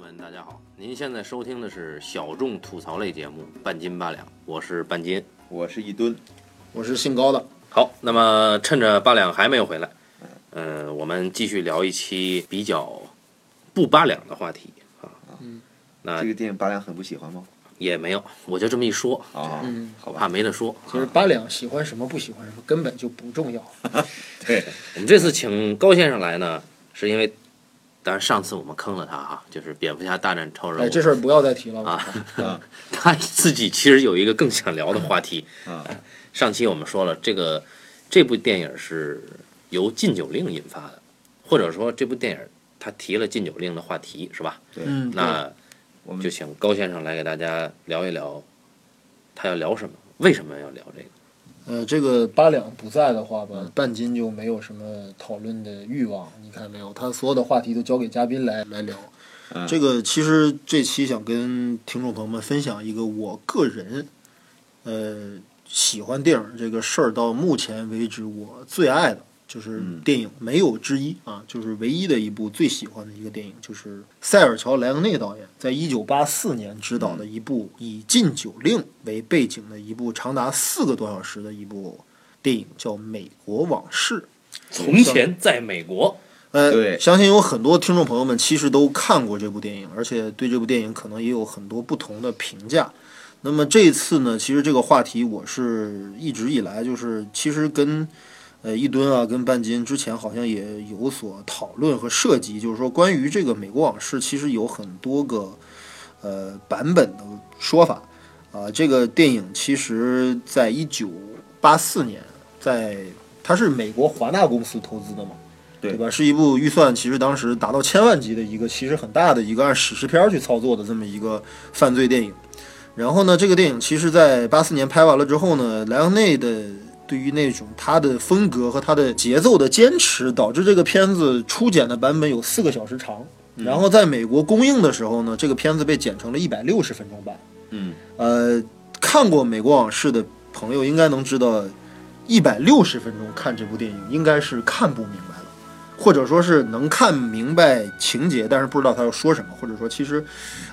们，大家好！您现在收听的是小众吐槽类节目《半斤八两》，我是半斤。我是一吨，我是姓高的，好，那么趁着八两还没有回来，嗯呃，我们继续聊一期比较不八两的话题啊。那啊这个电影八两很不喜欢吗？也没有，我就这么一说，啊，嗯，好怕吧，没得说。其实八两喜欢什么不喜欢什么根本就不重要，对，我们这次请高先生来呢，是因为，当然上次我们坑了他啊，就是蝙蝠侠大战超人。哎，这事儿不要再提了啊，啊 他自己其实有一个更想聊的话题。啊上期我们说了，这个这部电影是由禁酒令引发的，或者说这部电影它提了禁酒令的话题，是吧？对，嗯，那我们就请高先生来给大家聊一聊，他要聊什么？为什么要聊这个？呃，这个八两不在的话嗯吧，半斤就没有什么讨论的欲望。你看没有，他所有的话题都交给嘉宾来来聊。嗯这个其实这期想跟听众朋友们分享一个我个人，呃，喜欢电影这个事儿到目前为止我最爱的就是嗯电影没有之一啊，就是唯一的一部最喜欢的一个电影，就是塞尔乔·莱昂内导演在一九八四年执导的嗯一部以禁酒令为背景的一部长达四个多小时的一部电影，叫《美国往事》。从前在美国，呃，对相信有很多听众朋友们其实都看过这部电影，而且对这部电影可能也有很多不同的评价。那么这次呢，其实这个话题我是一直以来就是其实跟呃一吨啊跟半斤之前好像也有所讨论和涉及，就是说关于这个美国往事，其实有很多个呃版本的说法啊、这个电影其实在一九八四年在它是美国华纳公司投资的嘛。对对吧？是一部预算其实当时达到千万级的一个，其实很大的一个按史诗片儿去操作的这么一个犯罪电影。然后呢，这个电影其实在八四年拍完了之后呢，莱昂内的对于那种他的风格和他的节奏的坚持，导致这个片子初剪的版本有四个小时长。然后在美国公映的时候呢，这个片子被剪成了一百六十分钟版。嗯，呃，看过《美国往事》的朋友应该能知道，一百六十分钟看这部电影应该是看不明白了，或者说是能看明白情节，但是不知道他要说什么，或者说其实，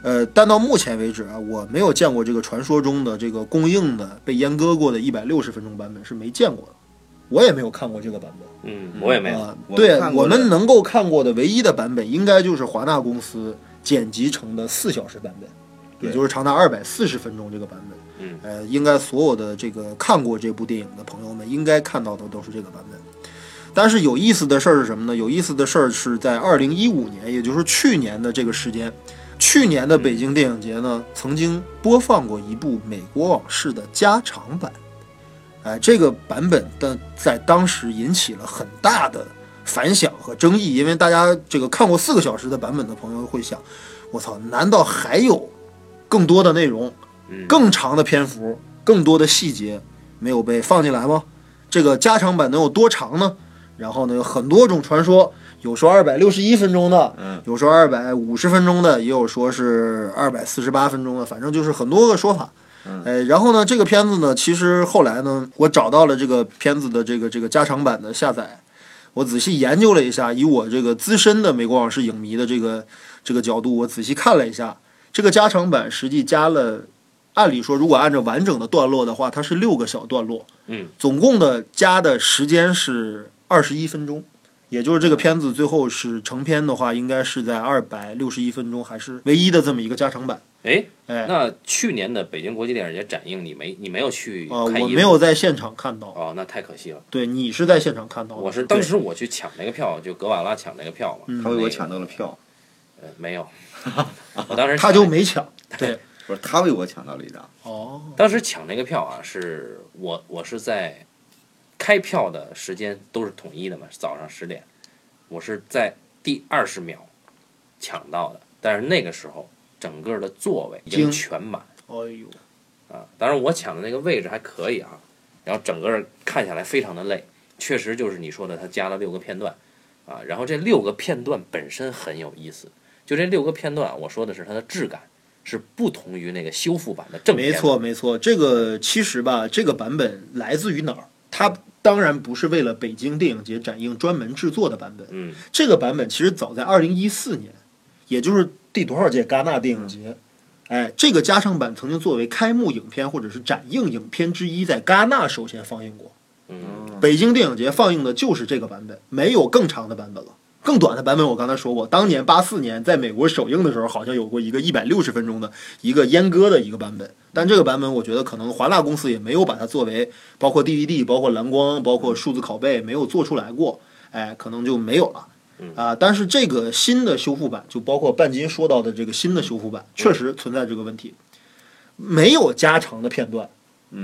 呃，但到目前为止啊，我没有见过这个传说中的这个公映的被阉割过的一百六十分钟版本是没见过的，我也没有看过这个版本。嗯，我也没有。啊、我们对看过我的们能够看过的唯一的版本，应该就是华纳公司剪辑成的四小时版本，对也就是长达二百四十分钟这个版本。嗯，呃，应该所有的这个看过这部电影的朋友们，应该看到的都是这个版本。呃但是有意思的事儿是什么呢？有意思的事儿是在二零一五年，也就是去年的这个时间，去年的北京电影节呢，曾经播放过一部《美国往事》的加长版。哎，这个版本的在当时引起了很大的反响和争议，因为大家这个看过四个小时的版本的朋友会想，我操，难道还有更多的内容嗯、更长的篇幅、更多的细节没有被放进来吗？这个加长版能有多长呢？然后呢，有很多种传说，有说二百六十一分钟的，嗯，有说二百五十分钟的，也有说是二百四十八分钟的，反正就是很多个说法。嗯哎，然后呢，这个片子呢，其实后来呢，我找到了这个片子的这个这个加长版的下载，我仔细研究了一下，以我这个资深的美国往事影迷的这个这个角度，我仔细看了一下，这个加长版实际加了，按理说如果按照完整的段落的话，它是六个小段落，嗯，总共的加的时间是二十一分钟，也就是这个片子最后是成片的话，应该是在二百六十一分钟，还是唯一的这么一个加长版。哎，哎，那去年的北京国际电影节展映，你没你没有去啊、看一我部？没有在现场看到，哦，那太可惜了。对你是在现场看到的，我是哦对嗯当时我去抢那个票，就格瓦拉抢那个票嘛，他为我抢到了票，呃，没 有，我当时他就没抢，对，不是他为我抢到了一张，哦，当时抢那个票啊，是我我是在开票的时间都是统一的嘛，早上十点，我是在第二十秒抢到的，但是那个时候整个的座位已经经全满哎呦，啊，当然我抢的那个位置还可以啊，然后整个看下来非常的累，确实就是你说的，它加了六个片段啊，然后这六个片段本身很有意思，就这六个片段啊，我说的是它的质感是不同于那个修复版的正片没的，错没错，这个其实吧，这个版本来自于哪儿？它当然不是为了北京电影节展映专门制作的版本，嗯这个版本其实早在二零一四年，也就是第多少届戛纳电影节，哎，这个加长版曾经作为开幕影片或者是展映影片之一，在戛纳首先放映过。嗯，嗯北京电影节放映的就是这个版本，没有更长的版本了。更短的版本我刚才说过，当年八四年在美国首映的时候，好像有过一个一百六十分钟的一个阉割的一个版本。但这个版本我觉得可能华纳公司也没有把它作为包括 DVD、包括蓝光、包括数字拷贝没有做出来过，哎，可能就没有了。啊，但是这个新的修复版，就包括半斤说到的这个新的修复版，确实存在这个问题，没有加长的片段，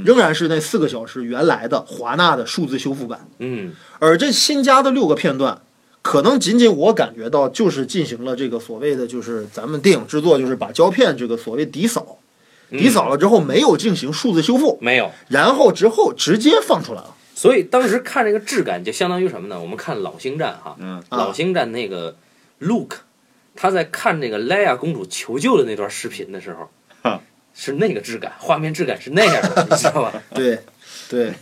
仍然是那四个小时原来的华纳的数字修复版。嗯，而这新加的六个片段，可能仅仅我感觉到就是进行了这个所谓的就是咱们电影制作就是把胶片这个所谓底扫，底扫了之后没有进行数字修复，嗯没有。然后之后直接放出来了。所以当时看这个质感，就相当于什么呢？我们看《老星战》哈，嗯啊老星战》那个 Luke，他在看那个莱娅公主求救的那段视频的时候哈，是那个质感，画面质感是那样 的，你知道吧？对，对。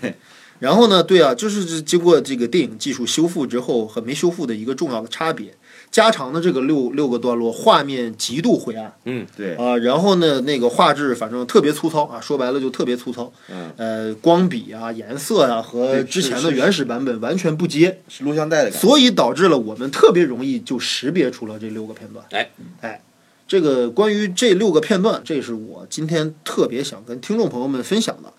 然后呢，对啊，就是这经过这个电影技术修复之后和没修复的一个重要的差别。加长的这个六六个段落，画面极度灰暗对，啊、然后呢，那个画质反正特别粗糙啊，说白了就特别粗糙。嗯，呃，光比啊、颜色啊和对之前是的是原始版本完全不接。是录像带的感觉。所以导致了我们特别容易就识别出了这六个片段。哎哎，这个关于这六个片段，这是我今天特别想跟听众朋友们分享的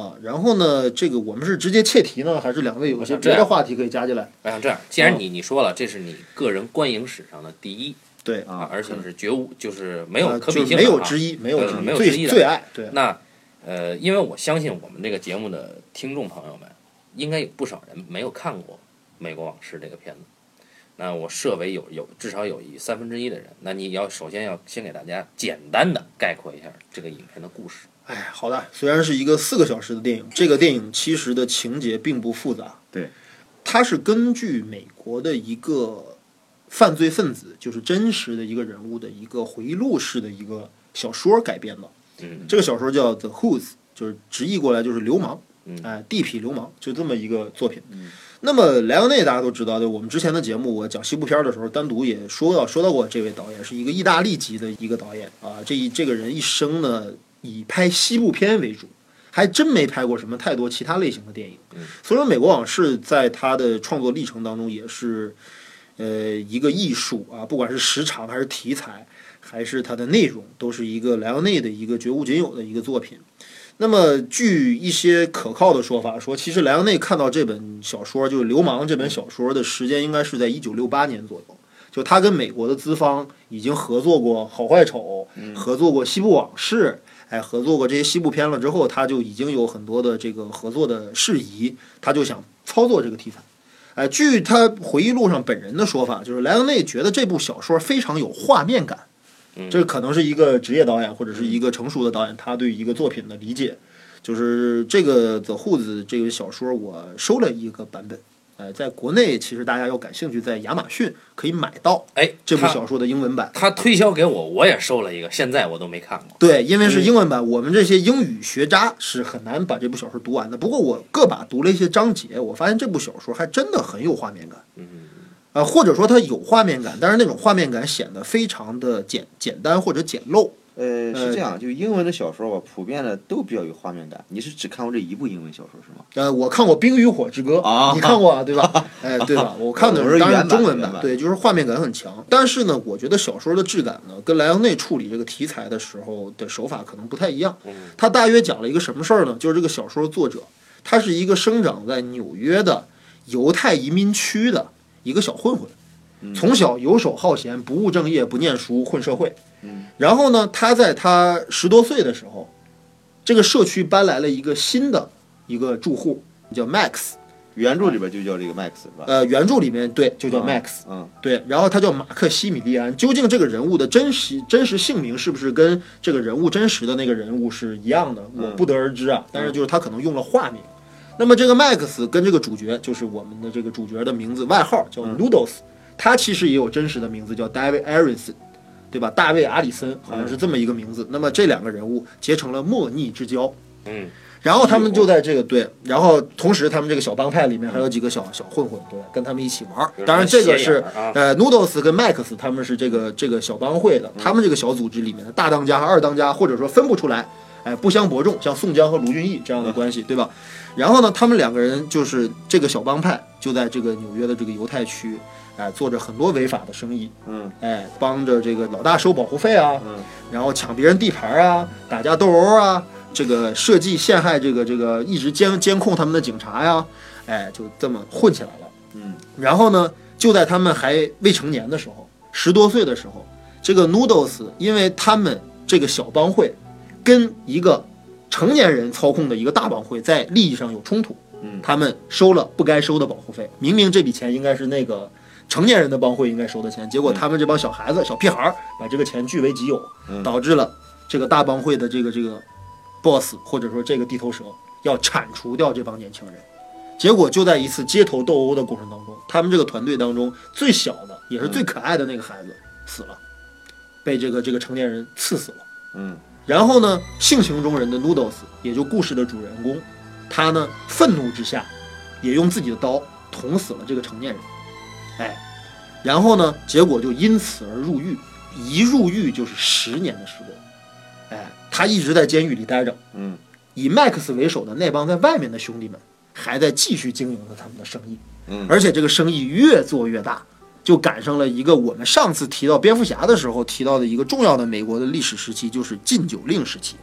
啊。然后呢，这个我们是直接切题呢，还是两位有一些我想这别样的话题可以加进来？我哎想这样，既然你你说了，这是你个人观影史上的第一对，啊啊，，而且是绝无就是没没有可比性的没有啊之一，没有呃之没有最之一的最爱。对，那呃，因为我相信我们这个节目的听众朋友们，应该有不少人没有看过《美国往事》这个片子。那我设为有有至少有一三分之一的人，那你要首先要先给大家简单的概括一下这个影片的故事。哎，好的，虽然是一个四个小时的电影，这个电影其实的情节并不复杂。对，它是根据美国的一个犯罪分子，就是真实的一个人物的一个回忆录式的一个小说改编的。嗯，这个小说叫《The Who's》，就是直译过来就是流氓，嗯哎，地痞流氓，就这么一个作品。那么莱昂内大家都知道，就我们之前的节目，我讲西部片的时候，单独也说到说到过这位导演是一个意大利籍的一个导演啊。这一这个人一生呢，以拍西部片为主，还真没拍过什么太多其他类型的电影。所以说，《美国往事》在他的创作历程当中也是，呃，一个艺术啊，不管是时长还是题材，还是它的内容，都是一个莱昂内的一个绝无仅有的一个作品。那么，据一些可靠的说法说，其实莱昂内看到这本小说，就是《流氓》这本小说的时间，应该是在一九六八年左右。就他跟美国的资方已经合作过《好坏丑》，合作过《西部往事》，哎，合作过这些西部片了之后，他就已经有很多的这个合作的事宜，他就想操作这个题材。哎，据他回忆录上本人的说法，就是莱昂内觉得这部小说非常有画面感，这可能是一个职业导演或者是一个成熟的导演他对一个作品的理解。就是这个《The Who's》这个小说，我收了一个版本。呃，在国内其实大家要感兴趣，在亚马逊可以买到哎，这部他小说的英文版。他推销给我，我也收了一个，现在我都没看过。对，因为是英文版，我们这些英语学渣是很难把这部小说读完的。不过我个把读了一些章节，我发现这部小说还真的很有画面感。嗯，啊、或者说它有画面感，但是那种画面感显得非常的简简单或者简陋。呃，呃是这样，就英文的小说吧，普遍的都比较有画面感。你是只看过这一部英文小说是吗？呃，我看过《冰与火之歌》啊你看过 啊，对吧？哎，对吧？我看的我是当然原版中文原版，版对，就是画面感很强。但是呢，我觉得小说的质感呢，跟莱昂内处理这个题材的时候的手法可能不太嗯一样。他大约讲了一个什么事儿呢？就是这个小说作者，他是一个生长在纽约的犹太移民区的一个小混嗯混，从小游手好闲，不务正业，不念书，混社会。嗯然后呢，他在他十多岁的时候，这个社区搬来了一个新的一个住户，叫 Max。原著里边就叫这个 Max 是吧？呃，原著里面对就叫嗯 Max，、嗯，对，然后他叫马克西米利安。究竟这个人物的真实真实姓名是不是跟这个人物真实的那个人物是一样的，我不得而知啊。但是就是他可能用了化名。那么这个 Max 跟这个主角，就是我们的这个主角的名字外号叫 Noodles，、他其实也有真实的名字叫 David Arison，对吧？大卫·阿里森好像是这么一个名字。那么这两个人物结成了莫逆之交。嗯，然后他们就在这个对，然后同时他们这个小帮派里面还有几个小小混混，对，跟他们一起玩儿。嗯当然这个是斜眼儿啊呃，Noodles 跟 Max 他们是这个这个小帮会的，嗯他们这个小组织里面的大当家和二当家，或者说分不出来，哎，不相伯仲，像宋江和卢俊义这样的关系，嗯对吧？然后呢，他们两个人就是这个小帮派，就在这个纽约的这个犹太区，哎，做着很多违法的生意，嗯，哎，帮着这个老大收保护费啊，嗯然后抢别人地盘啊，打架斗殴啊，这个设计陷害这个这个一直监监控他们的警察呀，哎，就这么混起来了。嗯，然后呢，就在他们还未成年的时候，十多岁的时候，这个 Noodles 因为他们这个小帮会跟一个成年人操控的一个大帮会在利益上有冲突，嗯他们收了不该收的保护费，明明这笔钱应该是那个成年人的帮会应该收的钱，结果他们这帮小孩子、小屁孩儿把这个钱据为己有，嗯导致了这个大帮会的这个这个 boss 或者说这个地头蛇要铲除掉这帮年轻人。结果就在一次街头斗殴的过程当中，他们这个团队当中最小的也是最可爱的那个孩子死了，被这个这个成年人刺死了。嗯然后呢，性情中人的 Noodles，也就故事的主人公，他呢愤怒之下，也用自己的刀捅死了这个成年人，哎，然后呢，结果就因此而入狱，一入狱就是十年的时光，哎，他一直在监狱里待着。嗯以 Max 为首的那帮在外面的兄弟们，还在继续经营着他们的生意，嗯而且这个生意越做越大，就赶上了一个我们上次提到蝙蝠侠的时候提到的一个重要的美国的历史时期，就是禁酒令时期。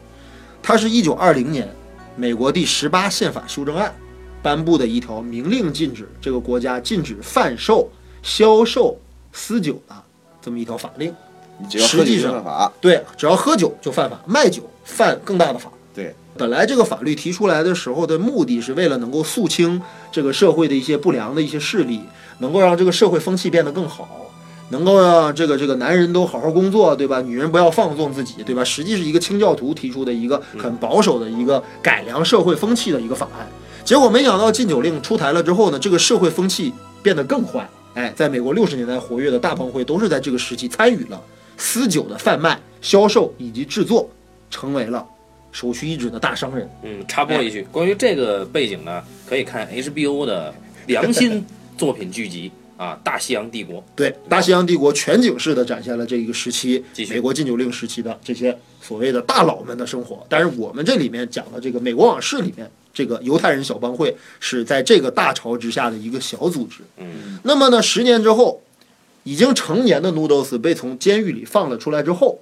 它是一九二零年美国第十八宪法修正案颁布的一条明令禁止这个国家禁止贩售、销售私酒的这么一条法令。你只要喝实际酒上犯法，对，只要喝酒就犯法，卖酒犯更大的法。对，本来这个法律提出来的时候的目的是为了能够肃清这个社会的一些不良的一些势力，能够让这个社会风气变得更好，能够让这个这个男人都好好工作，对吧？女人不要放纵自己，对吧？实际是一个清教徒提出的一个很保守的一个改良社会风气的一个法案。结果没想到禁酒令出台了之后呢，这个社会风气变得更坏。哎，在美国六十年代活跃的大帮会都是在这个时期参与了私酒的贩卖、销售以及制作，成为了首屈一指的大商人。嗯，插播一哎句，关于这个背景呢，可以看 HBO 的良心作品剧集啊，《大西洋帝国》。对，大西洋帝国全景式的展现了这一个时期继续美国禁酒令时期的这些所谓的大佬们的生活。但是我们这里面讲的这个美国往事里面，这个犹太人小帮会是在这个大潮之下的一个小组织。嗯，那么呢，十年之后，已经成年的 Noodles 被从监狱里放了出来之后，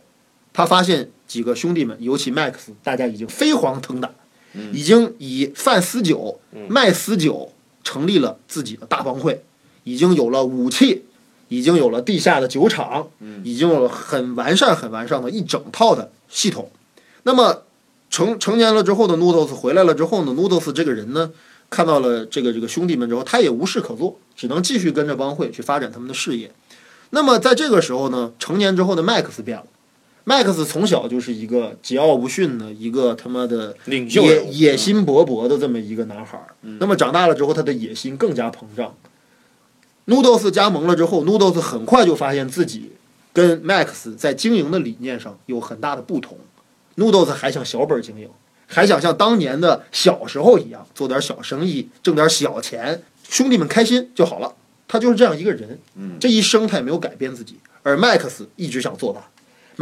他发现几个兄弟们，尤其 Max，大家已经飞黄腾达，嗯已经以贩私酒、卖私酒成立了自己的大帮会，已经有了武器，已经有了地下的酒厂，已经有了很完善、很完善的一整套的系统。那么成成年了之后的 Noodles 回来了之后呢，Noodles 这个人呢，看到了这个这个兄弟们之后，他也无事可做，只能继续跟着帮会去发展他们的事业。那么在这个时候呢，成年之后的 Max 变了。Max 从小就是一个桀骜不驯的一个他妈的领袖野人物野心勃勃的这么一个男孩儿。那么长大了之后，他的野心更加膨胀。Noodles 加盟了之后，Noodles 很快就发现自己跟 Max 在经营的理念上有很大的不同。Noodles 还想小本经营，还想像当年的小时候一样做点小生意，挣点小钱，兄弟们开心就好了。他就是这样一个人，嗯这一生他也没有改变自己。而 Max 一直想做大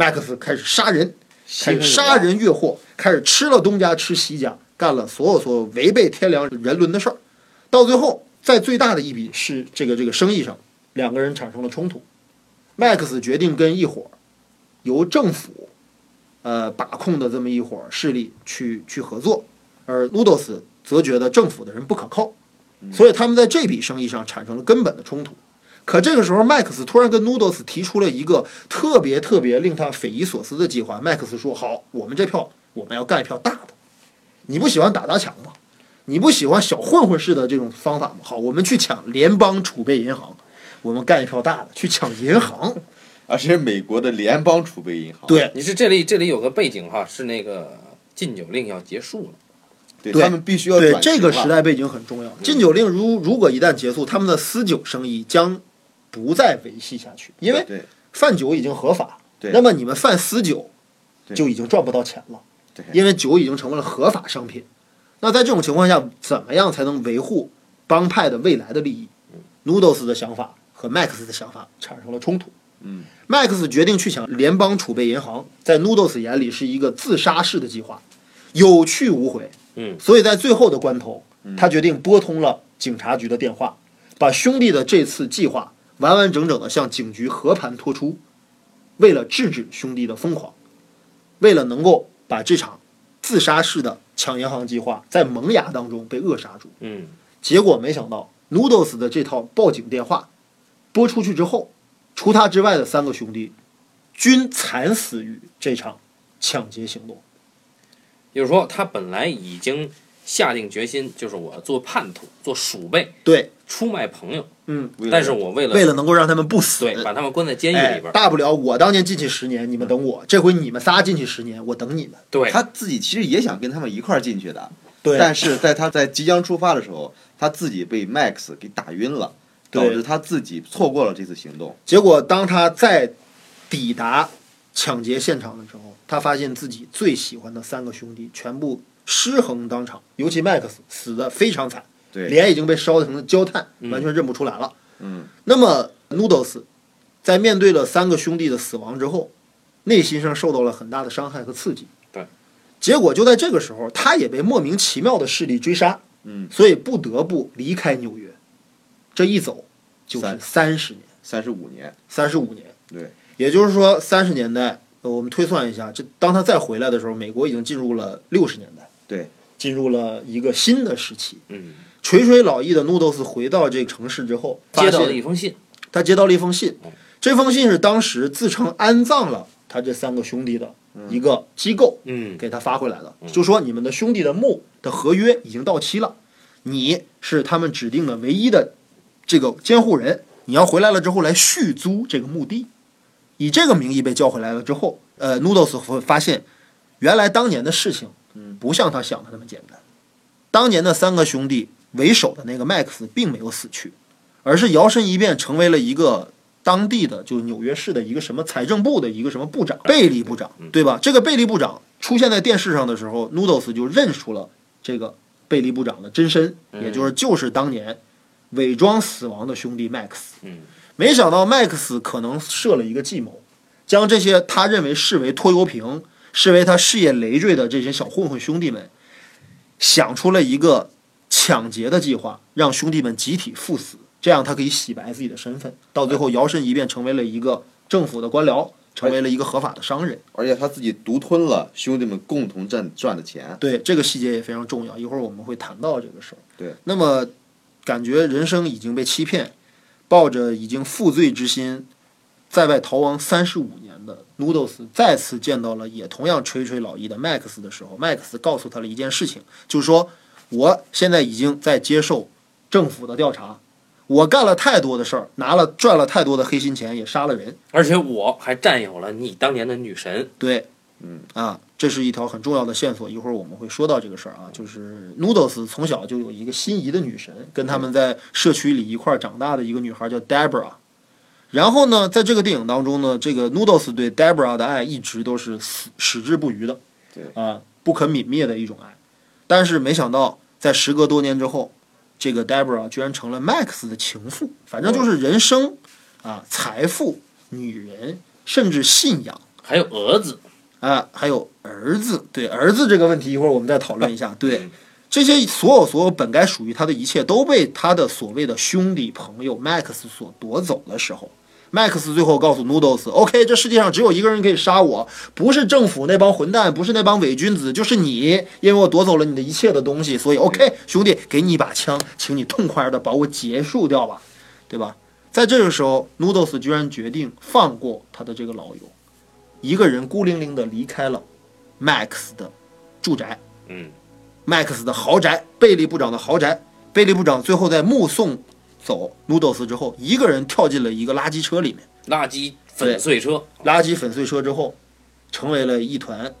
，Max 开始杀人，开始杀人越货，开始吃了东家吃西家，干了所有所有违背天良人伦的事儿，到最后在最大的一笔是这个这个生意上，两个人产生了冲突，Max 决定跟一伙儿由政府呃把控的这么一伙儿势力去去合作，而 Noodles 则觉得政府的人不可靠，所以他们在这笔生意上产生了根本的冲突。可这个时候，Max 突然跟 Noodles 提出了一个特别特别令他匪夷所思的计划。Max 说：“好，我们这票我们要干一票大的。你不喜欢打砸抢吗？你不喜欢小混混式的这种方法吗？好，我们去抢联邦储备银行，我们干一票大的，去抢银行。而且是美国的联邦储备银行，对，你是这里这里有个背景哈，是那个禁酒令要结束了，对，对他们必须要对转型这个了嗯时，代背景很重要。禁酒令如如果一旦结束，他们的私酒生意将不再维系下去，因为对贩酒已经合法，对那么你们贩私酒对就已经赚不到钱了，对因为酒已经成为了合法商品。那在这种情况下，怎么样才能维护帮派的未来的利益？Noodles 的想法和 Max 的想法产生了冲突。嗯，Max 决定去抢联邦储备银行，在 Noodles 眼里是一个自杀式的计划，有去无回。嗯，所以在最后的关头，他决定拨通了警察局的电话，把兄弟的这次计划完完整整的向警局和盘托出，为了制止兄弟的疯狂，为了能够把这场自杀式的抢银行计划在萌芽当中被扼杀住。嗯，结果没想到，Noodles 的这套报警电话拨出去之后，除他之外的三个兄弟均惨死于这场抢劫行动。就是说他本来已经下定决心，就是我做叛徒，做鼠辈，对，出卖朋友，嗯，为了但是我为了为了能够让他们不死，对把他们关在监狱哎里边儿，大不了我当年进去十年，你们等我；这回你们仨进去十年，我等你们。对他自己其实也想跟他们一块儿进去的，对但是在他在即将出发的时候，他自己被 Max 给打晕了，导对致他自己错过了这次行动。结果当他再抵达抢劫现场的时候，他发现自己最喜欢的三个兄弟全部失衡当场，尤其麦克斯死的非常惨，对，脸已经被烧成了焦炭，完全认不出来了。嗯，那么 Noodles 在面对了三个兄弟的死亡之后，内心上受到了很大的伤害和刺激。对，结果就在这个时候，他也被莫名其妙的势力追杀，嗯，所以不得不离开纽约。这一走就是三三十年，三十五年，三十五年。对，也就是说，三十年代，呃我们推算一下，这当他再回来的时候，美国已经进入了六十年代，对，进入了一个新的时期。嗯，垂垂老矣的 Noodles 回到这个城市之后，发接现到了一封信，他接到了一封信嗯，这封信是当时自称安葬了他这三个兄弟的一个机构嗯，给他发回来的，就说你们的兄弟的墓的合约已经到期了，你是他们指定的唯一的这个监护人，你要回来了之后来续租这个墓地，以这个名义被叫回来了之后，呃，Noodles 会发现，原来当年的事情不像他想的那么简单，当年的三个兄弟为首的那个 Max 并没有死去。而是摇身一变成为了一个当地的，就是纽约市的一个什么财政部的一个什么部长，贝利部长，对吧？这个贝利部长出现在电视上的时候，Noodles 就认出了这个贝利部长的真身，也就是就是当年伪装死亡的兄弟 Max。嗯，没想到 Max 可能设了一个计谋，将这些他认为视为拖油瓶、视为他事业累赘的这些小混混兄弟们，想出了一个抢劫的计划，让兄弟们集体赴死，这样他可以洗白自己的身份，到最后摇身一变成为了一个政府的官僚，成为了一个合法的商人。而且他自己独吞了兄弟们共同赚赚的钱。对，这个细节也非常重要，一会儿我们会谈到这个事儿。对，那么感觉人生已经被欺骗，抱着已经负罪之心，在外逃亡三十五年的 Noodles 再次见到了也同样垂垂老矣的 Max 的时候，Max 告诉他了一件事情，就是说我现在已经在接受政府的调查，我干了太多的事儿，拿了赚了太多的黑心钱，也杀了人。而且我还占有了你当年的女神，对，嗯啊，这是一条很重要的线索，一会儿我们会说到这个事儿啊。就是 Noodles 从小就有一个心仪的女神，跟他们在社区里一块儿长大的一个女孩叫 Debra。然后呢，在这个电影当中呢，这个 Noodles 对 Debra 的爱一直都是死矢志不渝的，对啊，不可泯灭的一种爱。但是没想到，在时隔多年之后，这个 Debra 居然成了 Max 的情妇。反正就是人生啊，财富、女人，甚至信仰。还有蛾子，啊，还有儿子，对儿子这个问题，一会儿我们再讨论一下。对，这些所有所有本该属于他的一切，都被他的所谓的兄弟朋友 Max 所夺走的时候，Max 最后告诉 Noodles：“OK，、这世界上只有一个人可以杀我，不是政府那帮混蛋，不是那帮伪君子，就是你，因为我夺走了你的一切的东西，所以 OK，兄弟，给你一把枪，请你痛快的把我结束掉吧，对吧？”在这个时候，Noodles 居然决定放过他的这个老友。一个人孤零零地离开了 Max 的住宅嗯， ，Max 的豪宅，贝利部长的豪宅。贝利部长最后在目送走 Noodles 之后，一个人跳进了一个垃圾车里面，垃圾粉碎车，垃圾粉碎车之后，成为了一团，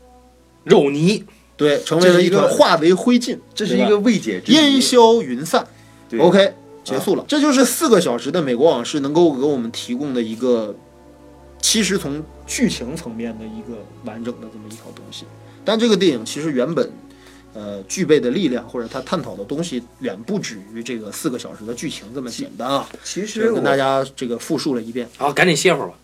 肉泥，对，成为了一团，这是一个化为灰烬，这是一个未解之烟谜。消云散。对啊 OK，结束了。这就是四个小时的美国往事能够给我们提供的一个，其实从剧情层面的一个完整的这么一套东西。但这个电影其实原本，呃具备的力量或者他探讨的东西远不止于这个四个小时的剧情这么简单啊。其只实是跟大我家这个复述了一遍好，赶紧歇会儿吧。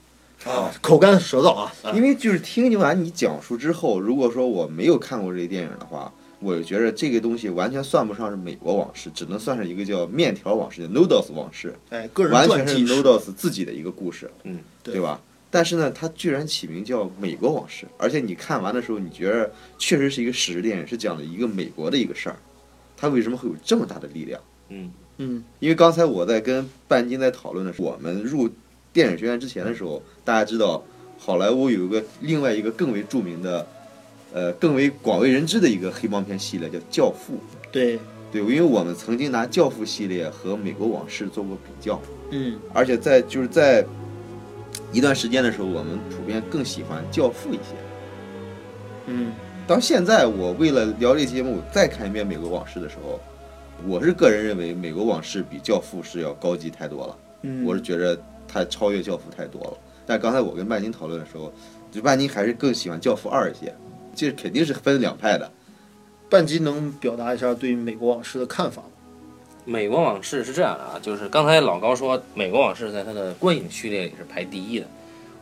啊，口干舌燥啊。因为就是听完你讲述之后，如果说我没有看过这个电影的话，我觉得这个东西完全算不上是美国往事，只能算是一个叫面条往事的 noodles 往事，哎，个人完传全是记是 noodles 自己的一个故事，嗯，对对吧？但是呢，它居然起名叫《美国往事》，而且你看完的时候，你觉得确实是一个史实电影，是讲的一个美国的一个事儿，它为什么会有这么大的力量？嗯，嗯，因为刚才我在跟半斤在讨论的时候，我们入电影学院之前的时候，大家知道好莱坞有一个另外一个更为著名的，呃，更为广为人知的一个黑帮片系列叫《教父》。对，对，因为我们曾经拿《教父》系列和《美国往事》做过比较，嗯，而且在就是在一段时间的时候，我们普遍更喜欢《教父》一些。嗯，到现在，我为了聊这节目，我再看一遍《美国往事》的时候，我是个人认为，《美国往事》比《教父》是要高级太多了。嗯，我是觉着它超越《教父》太多了。但刚才我跟曼宁讨论的时候，就曼宁还是更喜欢《教父二》一些，这肯定是分两派的。半斤能表达一下对美国往事的看法吗？美国往事是这样的啊，就是刚才老高说，美国往事在他的观影序列里是排第一的。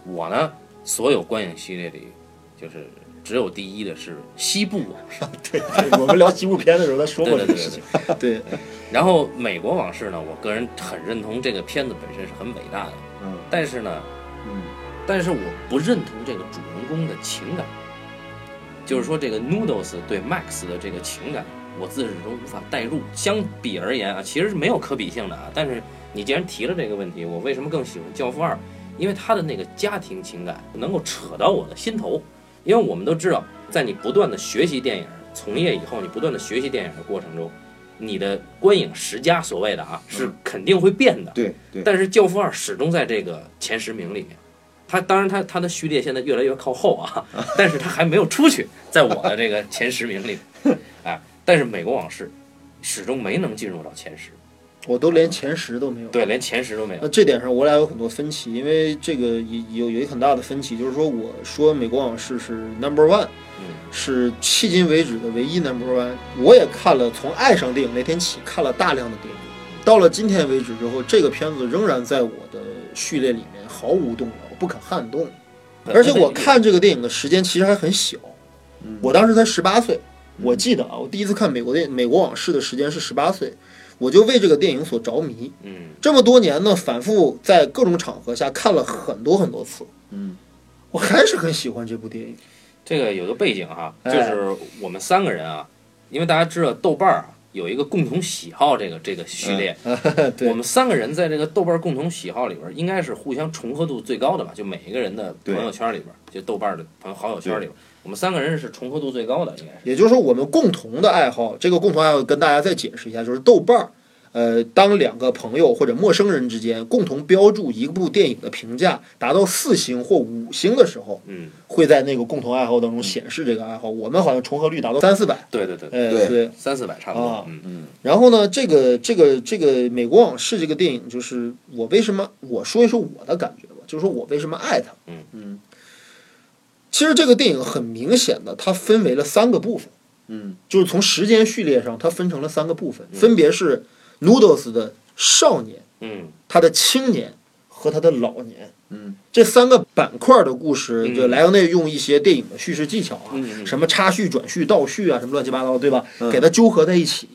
我呢，所有观影序列里，就是只有第一的是西部往 事。对，我们聊西部片的时候，他说对对对对对。情。对，然后美国往事呢，我个人很认同这个片子本身是很伟大的，嗯但是呢，嗯但是我不认同这个主人公的情感，就是说这个 Noodles 对 Max 的这个情感，我自始至终无法代入。相比而言啊，其实是没有可比性的啊。但是你既然提了这个问题，我为什么更喜欢《教父二》？因为他的那个家庭情感能够扯到我的心头。因为我们都知道，在你不断的学习电影从业以后，你不断的学习电影的过程中，你的观影十佳所谓的啊，是肯定会变的。对对，但是《教父二》始终在这个前十名里面。它当然它，它的序列现在越来越靠后啊， 但是它还没有出去，在我的这个前十名里， 哎，但是《美国往事》始终没能进入到前十，我都连前十都没有。对，连前十都没有那。这点上我俩有很多分歧，因为这个有有有一个很大的分歧，就是说我说美国往事是 number one，嗯是迄今为止的唯一 number one。我也看了，从爱上电影那天起看了大量的电影，到了今天为止之后，这个片子仍然在我的序列里面毫无动摇，不可撼动。而且我看这个电影的时间其实还很小，嗯我当时才十八岁，我记得啊，我第一次看美国电《美国往事》的时间是十八岁，我就为这个电影所着迷。嗯，这么多年呢，反复在各种场合下看了很多很多次，嗯，我还是很喜欢这部电影。这个有个背景哈、哎就是我们三个人啊，因为大家知道豆瓣儿啊有一个共同喜好这个这个序列，对我们三个人在这个豆瓣共同喜好里边儿，应该是互相重合度最高的吧？就每一个人的朋对友圈里边儿，就豆瓣的朋友好友圈里边儿，我们三个人是重合度最高的，应该是。也就是说，我们共同的爱好，这个共同爱好跟大家再解释一下，就是豆瓣儿。呃，当两个朋友或者陌生人之间共同标注一部电影的评价达到四星或五星的时候，嗯，会在那个共同爱好当中显示这个爱好。我们好像重合率达到三四百，对对对，呃，对对，三四百差不多。啊嗯嗯然后呢，这个这个这个《美国往事》这个电影，就是我为什么我说一说我的感觉吧，就是说我为什么爱它。嗯其实这个电影很明显的，它分为了三个部分，嗯就是从时间序列上，它分成了三个部分，分别是 Noodles 的少年、嗯他的青年和他的老年。嗯这三个板块的故事，嗯就莱昂内用一些电影的叙事技巧啊，嗯嗯什么插叙、转叙、倒叙啊，什么乱七八糟，对吧？嗯给它纠合在一起，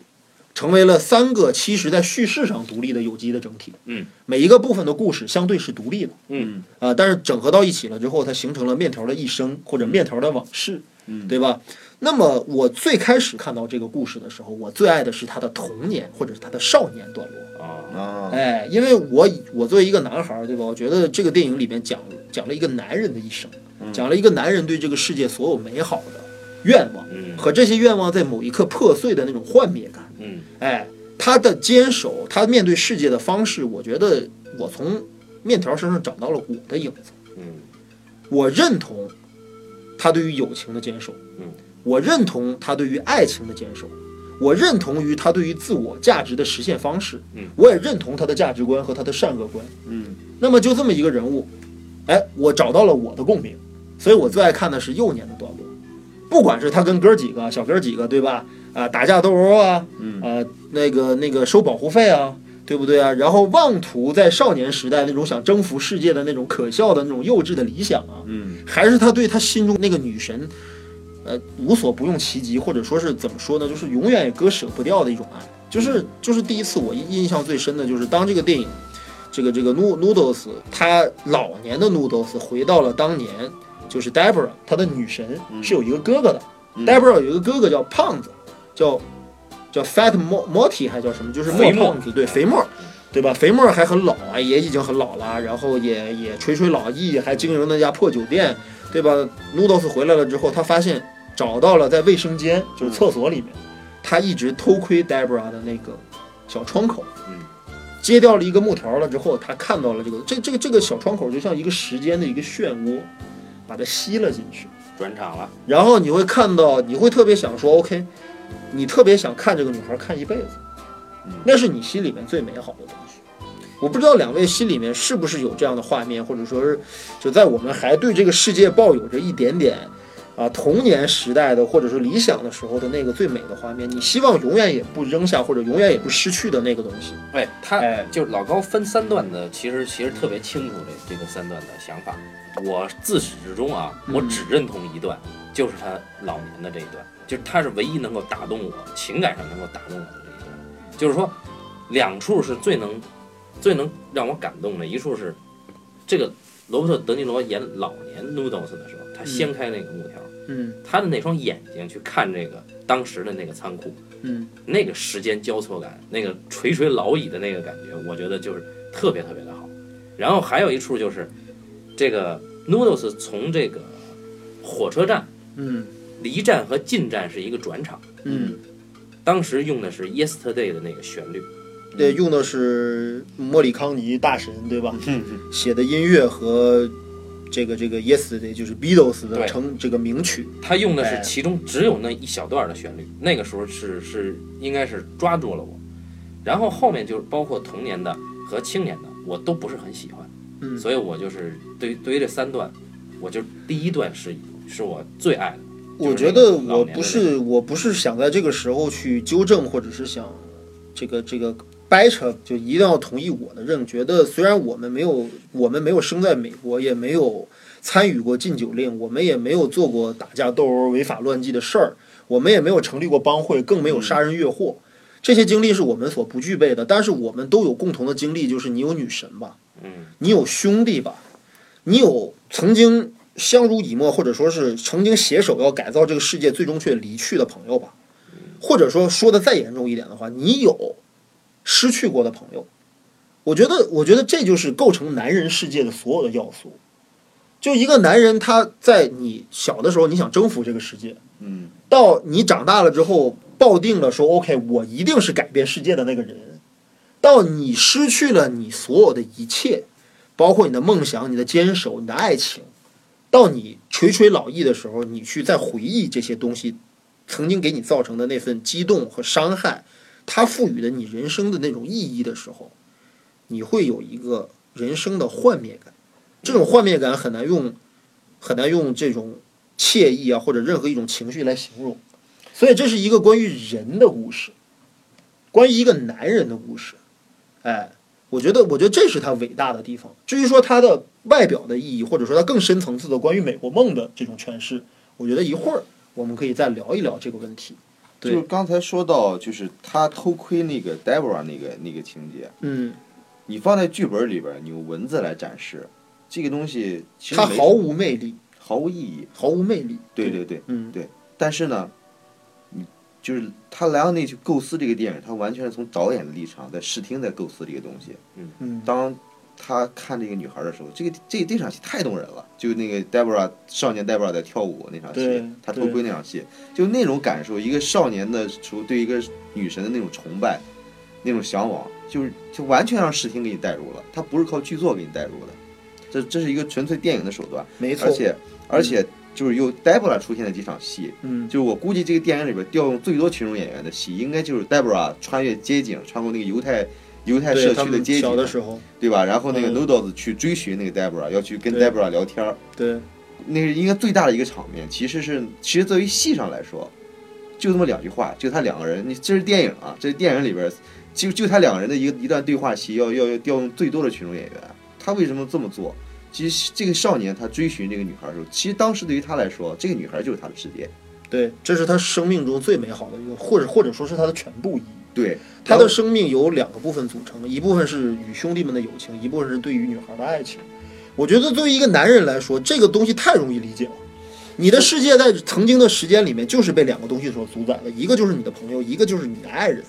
成为了三个其实在叙事上独立的有机的整体。嗯，每一个部分的故事相对是独立的，嗯啊、但是整合到一起了之后，它形成了面条的一生或者面条的往事，嗯对吧？那么我最开始看到这个故事的时候，我最爱的是他的童年或者是他的少年段落。啊，啊哎，因为我我作为一个男孩儿，对吧？我觉得这个电影里面讲讲了一个男人的一生，嗯讲了一个男人对这个世界所有美好的愿望，嗯和这些愿望在某一刻破碎的那种幻灭感。嗯哎，他的坚守，他面对世界的方式，我觉得我从面条身上找到了我的影子。嗯我认同他对于友情的坚守，嗯，我认同他对于爱情的坚守，我认同于他对于自我价值的实现方式，嗯，我也认同他的价值观和他的善恶观。嗯那么就这么一个人物，哎，我找到了我的共鸣，所以我最爱看的是幼年的段落，不管是他跟哥儿几个、小哥儿几个，对吧？啊，打架斗殴啊，嗯啊，那个那个收保护费啊，对不对啊？然后妄图在少年时代那种想征服世界的那种可笑的那种幼稚的理想啊，嗯还是他对他心中那个女神，呃，无所不用其极，或者说是怎么说呢，就是永远也割舍不掉的一种爱。就是就是第一次我印印象最深的就是当这个电影，这个这个 Noo- Noodles 他老年的 Noodles 回到了当年，就是 Deborah 他的女神是有一个哥哥的、嗯 d e b o r a h 有一个哥哥叫胖子，叫叫 Fat Mo Morty 还叫什么，就是肥莫莫胖子，对肥莫。对吧？肥莫还很老啊，也已经很老了，然后也也垂垂老矣，还经营那家破酒店，对吧？Noodles 回来了之后，他发现找到了在卫生间，就是厕所里面，嗯他一直偷窥 Debra 的那个小窗口，嗯，揭掉了一个木条了之后，他看到了这个这这个这个小窗口就像一个时间的一个漩涡，把它吸了进去，转场了，然后你会看到，你会特别想说，OK，你特别想看这个女孩看一辈子嗯，那是你心里面最美好的东西。我不知道两位心里面是不是有这样的画面，或者说是就在我们还对这个世界抱有着一点点啊童年时代的或者说理想的时候的那个最美的画面，你希望永远也不扔下或者永远也不失去的那个东西。哎，他哎就是老高分三段的，其实其实特别清楚这这个三段的想法。我自始至终啊，嗯我只认同一段，就是他老年的这一段，就是他是唯一能够打动我情感上能够打动我的这一段。就是说，两处是最能最能让我感动的，一处是这个罗伯特·德尼罗演老年 Noodles 的时候，他掀开那个木条，嗯他的那双眼睛去看这个当时的那个仓库，嗯那个时间交错感，那个垂垂老矣的那个感觉，我觉得就是特别特别的好。然后还有一处就是，这个 Noodles 从这个火车站嗯离站和进站是一个转场，嗯，当时用的是 Yesterday 的那个旋律，对，用的是莫里康尼大神，对吧？嗯写的音乐和这个这个 Yesterday 就是 Beatles 的对成这个名曲，他用的哎是其中只有那一小段的旋律，那个时候是是应该是抓住了我。然后后面就是包括童年的和青年的，我都不是很喜欢。嗯所以我就是对于对于这三段，我就第一段是是我最爱的。我觉得我不是我不是想在这个时候去纠正，或者是想这个这个掰扯，就一定要同意我的认觉得，虽然我们没有我们没有生在美国，也没有参与过禁酒令，我们也没有做过打架斗殴、违法乱纪的事儿，我们也没有成立过帮会，更没有杀人越货。这些经历是我们所不具备的，但是我们都有共同的经历，就是你有女神吧，嗯，你有兄弟吧，你有曾经相濡以沫，或者说是曾经携手要改造这个世界，最终却离去的朋友吧，或者说说的再严重一点的话，你有失去过的朋友。我觉得，我觉得这就是构成男人世界的所有的要素。就一个男人，他在你小的时候，你想征服这个世界，嗯到你长大了之后，抱定了说 OK，我一定是改变世界的那个人。到你失去了你所有的一切，包括你的梦想、你的坚守、你的爱情，到你垂垂老矣的时候，你去再回忆这些东西曾经给你造成的那份激动和伤害，它赋予了你人生的那种意义的时候，你会有一个人生的幻灭感。这种幻灭感很难用，很难用这种惬意啊，或者任何一种情绪来形容。所以这是一个关于人的故事，关于一个男人的故事。哎，我觉得，我觉得这是他伟大的地方。至于说他的外表的意义，或者说他更深层次的关于美国梦的这种诠释，我觉得一会儿我们可以再聊一聊这个问题。对就是刚才说到，就是他偷窥那个 Deborah 那个那个情节，嗯，你放在剧本里边儿，你用文字来展示这个东西，其实他没毫无魅力，毫无意义。毫无魅力。对对对，嗯但是呢，你就是他莱昂内去构思这个电影，他完全是从导演的立场在视听在构思这个东西。嗯当他看这个女孩的时候，这个这这场戏太动人了，就那个 Deborah 少年 Deborah 在跳舞那场对戏，他偷窥那场戏，就那种感受，一个少年的时候对一个女神的那种崇拜，那种向往，就是就完全让视听给你带入了，他不是靠剧作给你带入的，这这是一个纯粹电影的手段，没错而。且而且就是有 Deborah 出现的几场戏，嗯就是我估计这个电影里边调用最多群众演员的戏，应该就是 Deborah 穿越街景，穿过那个犹太犹太对社他区的们街小景，啊的时候，对吧？然后那个嗯 Noodles 去追寻那个 Deborah，要去跟对 Deborah 聊天儿，对那是应该最大的一个场面。其实是，其实作为戏上来说，就这么两句话，就他两个人，你这是电影啊，这是电影里边，就就他两个人的一个一段对话戏，要要要调用最多的群众演员。他为什么这么做？其实这个少年他追寻这个女孩的时候，其实当时对于他来说，这个女孩就是他的世界。对，这是他生命中最美好的一个，或者或者说是他的全部意义。对，他的生命由两个部分组成，一部分是与兄弟们的友情，一部分是对于女孩的爱情。我觉得作为一个男人来说，这个东西太容易理解了。你的世界在曾经的时间里面，就是被两个东西所主宰的，一个就是你的朋友，一个就是你的爱人，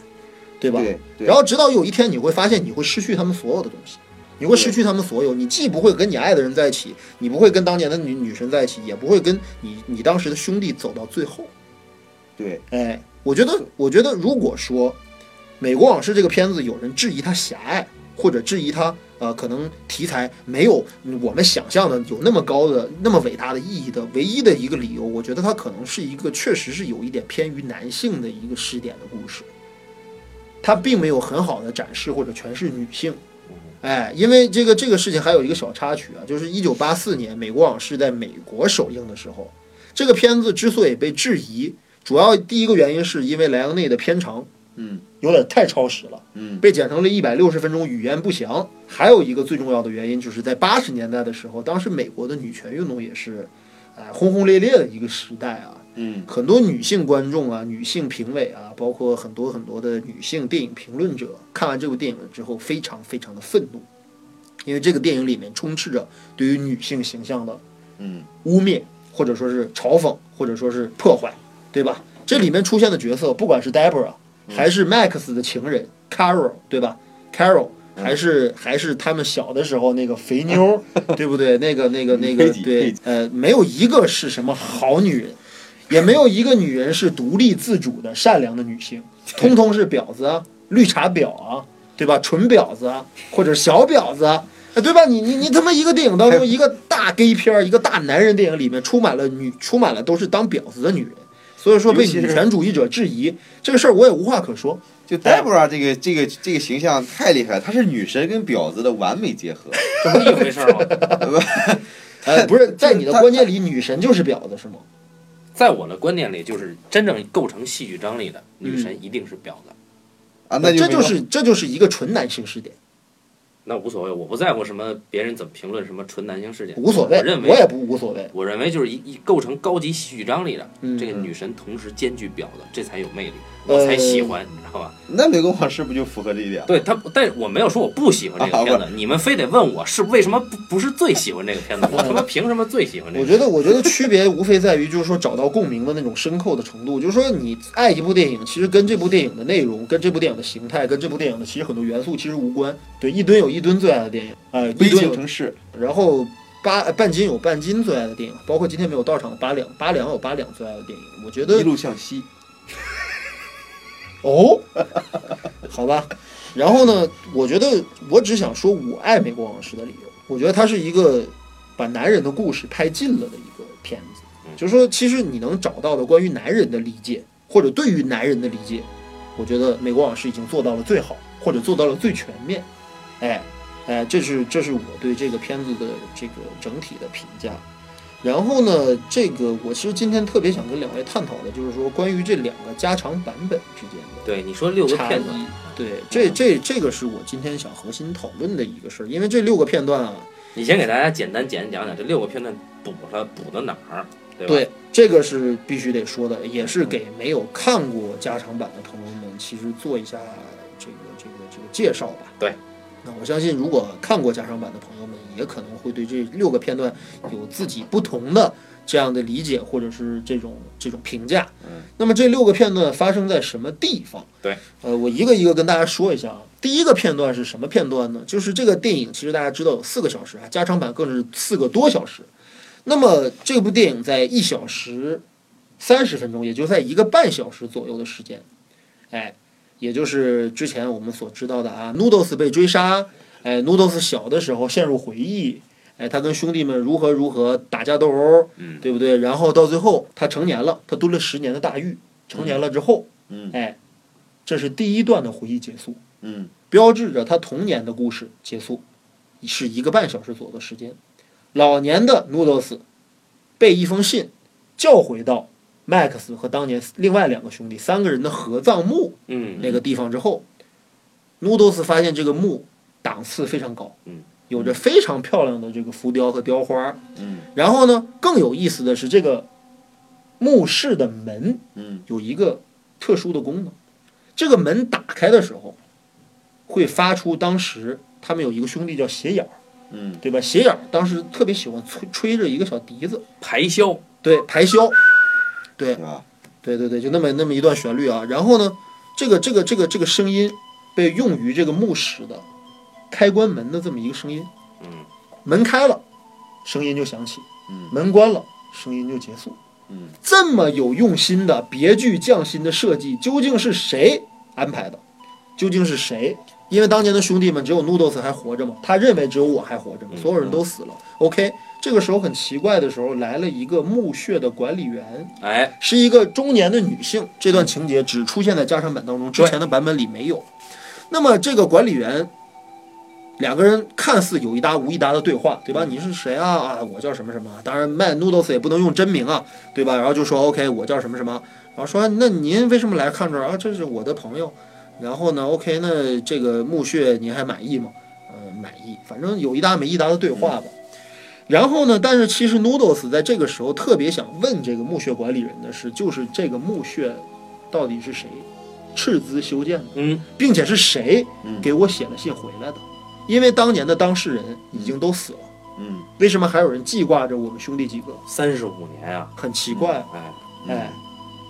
对吧？对对然后直到有一天，你会发现你会失去他们所有的东西，你会失去他们所有。你既不会跟你爱的人在一起，你不会跟当年的女女神在一起，也不会跟你你当时的兄弟走到最后。对，哎，我觉得，我觉得如果说《美国往事》这个片子有人质疑它狭隘，或者质疑它呃可能题材没有嗯我们想象的有那么高的那么伟大的意义的唯一的一个理由，我觉得它可能是一个确实是有一点偏于男性的一个试点的故事，它并没有很好的展示或者诠释女性。哎，因为这个这个事情还有一个小插曲啊，就是一九八四年《美国往事》在美国首映的时候，这个片子之所以被质疑，主要第一个原因是因为莱昂内的片长嗯有点太超时了，嗯，被剪成了一百六十分钟，语言不详。还有一个最重要的原因就是在八十年代的时候，当时美国的女权运动也是，哎，轰轰烈烈的一个时代啊，嗯很多女性观众啊、女性评委啊，包括很多很多的女性电影评论者，看完这部电影之后非常非常的愤怒，因为这个电影里面充斥着对于女性形象的嗯，污蔑，或者说是嘲讽，或者说是破坏，对吧？这里面出现的角色，不管是 Deborah 嗯还是 Max 的情人 Carol，对吧？Carol 嗯还是还是他们小的时候那个肥 妞，对不对？那个那个那个佩，吉佩对吉，呃，没有一个是什么好女人，也没有一个女人是独立自主的善良的 女性，通通是婊子啊，绿茶婊啊，对吧？纯婊子啊，或者小婊子啊，哎对吧？你你你他妈一个电 影当中，一个大 gay 片儿，一个大男人电影里面充满了女，充满了都是当婊子的女人，所以说被尤其女是权主义者质疑这个事儿，我也无话可说。就哎 Deborah 这个这个这个形象太厉害了，她是女神跟婊子的完美结合。这么一回事儿吗？ 呃，不 是，在你的观念里，女神就是婊子是吗？在我的观念里，就是真正构成戏剧张力的女神一定是婊子，啊，那就这没就了是这就是一个纯男性视点，那无所谓，我不在乎什么别人怎么评论什么纯男性事件，无所谓，我认为我也不无所谓。我认为就是一一构成高级戏剧张力的、嗯呃这个女神，同时兼具婊子，这才有魅力，我才喜欢，你知道吧？那美国往事不就符合这一点吗？对他，但是我没有说我不喜欢这个片子，啊你们非得问我是为什么不不是最喜欢这个片子，我 他妈凭什么最喜欢这我个？觉得，我觉得区别无非在于，就是说找到共鸣的那种深厚的程度。就是说，你爱一部电影，其实跟这部电影的内容、跟这部电影的形态、跟这部电影的其实很多元素其实无关。对，一吨有一吨最爱的电影，哎、悲一吨情有城市，然后八呃半斤有半斤最爱的电影，包括今天没有到场的八两，八两有八两最爱的电影。我觉一得路向西。哦，好吧。然后呢，我觉得我只想说我爱《美国往事》的理由，我觉得它是一个把男人的故事拍尽了的一个片子。就是说，其实你能找到的关于男人的理解，或者对于男人的理解，我觉得《美国往事》已经做到了最好，或者做到了最全面。哎，哎，这是这是我对这个片子的这个整体的评价。然后呢，这个我其实今天特别想跟两位探讨的，就是说关于这两个加长版本之间的对你说六个差片段异，对，这这这个是我今天想核心讨论的一个事儿，因为这六个片段啊，你先给大家简单简讲讲这六个片段补了补到哪儿，对吧？对，这个是必须得说的，也是给没有看过加长版的朋友们，其实做一下这个这个这个介绍吧。对，那我相信，如果看过加长版的朋友们，也可能会对这六个片段有自己不同的这样的理解，或者是这种这种评价。嗯，那么这六个片段发生在什么地方？对，呃，我一个一个跟大家说一下啊。第一个片段是什么片段呢？就是这个电影其实大家知道有四个小时啊，加长版更是四个多小时。那么这部电影在一小时三十分钟，也就在一个半小时左右的时间，哎，也就是之前我们所知道的啊，Noodles 被追杀，哎，Noodles 小的时候陷入回忆，哎，他跟兄弟们如何如何打架斗殴，嗯对不对？然后到最后他成年了，他蹲了十年的大狱，成年了之后，嗯哎，这是第一段的回忆结束，嗯标志着他童年的故事结束，是一个半小时左右的时间。老年的 Noodles 被一封信叫回到 Max 和当年另外两个兄弟三个人的合葬墓嗯那个地方之后，Noodles 发现这个墓档次非常高，嗯，有着非常漂亮的这个浮雕和雕花儿。嗯然后呢，更有意思的是，这个墓室的门嗯有一个特殊的功能，这个门打开的时候会发出当时他们有一个兄弟叫斜眼儿，嗯对吧？斜眼儿当时特别喜欢吹吹着一个小笛子，排箫，对，排箫。对嗯是吧？对对对，就那么那么一段旋律啊。然后呢，这个这个这个这个声音被用于这个墓室的开关门的这么一个声音。嗯，门开了，声音就响起；嗯门关了，声音就结束。嗯，这么有用心的别具匠心的设计，究竟是谁安排的？究竟是谁？因为当年的兄弟们只有 Noodles 还活着嘛，他认为只有我还活着嘛，嗯所有人都死了。OK，这个时候很奇怪的时候来了一个墓穴的管理员，哎，是一个中年的女性。这段情节只出现在加长版当中，之前的版本里没有。那么这个管理员，两个人看似有一搭无一搭的对话，对吧？你是谁啊？啊，我叫什么什么？当然，卖 noodles 也不能用真名啊，对吧？然后就说 OK，我叫什么什么。然后说那您为什么来看这儿啊？这是我的朋友。然后呢，OK，那这个墓穴您还满意吗？呃，满意。反正有一搭没一搭的对话吧。然后呢？但是其实 Noodles 在这个时候特别想问这个墓穴管理人的是，就是这个墓穴到底是谁斥资修建的，嗯并且是谁嗯给我写了信回来的？因为当年的当事人已经都死了，嗯为什么还有人记挂着我们兄弟几个？三十五年啊，很奇怪，哎，嗯哎，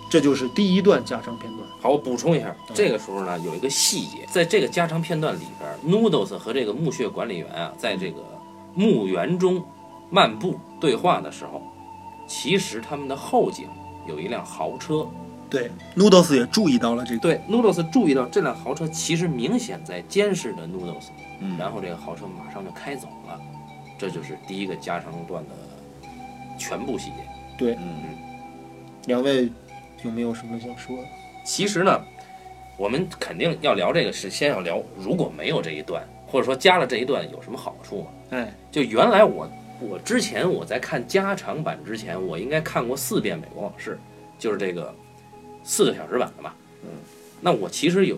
这就是第一段加长片段。好，我补充一下，嗯这个时候呢有一个细节，在这个加长片段里边，Noodles 和这个墓穴管理员啊，在这个墓园中漫步对话的时候，其实他们的后景有一辆豪车。对，Noodles 也注意到了这个，对，Noodles 注意到这辆豪车其实明显在监视着 Noodles，嗯，然后这个豪车马上就开走了。这就是第一个加长段的全部细节。嗯两位有没有什么想说的？其实呢，我们肯定要聊这个是先要聊，如果没有这一段，或者说加了这一段有什么好处吗？哎，就原来我我之前我在看加长版之前，我应该看过四遍《美国往事》，就是这个四个小时版的吧。嗯，那我其实有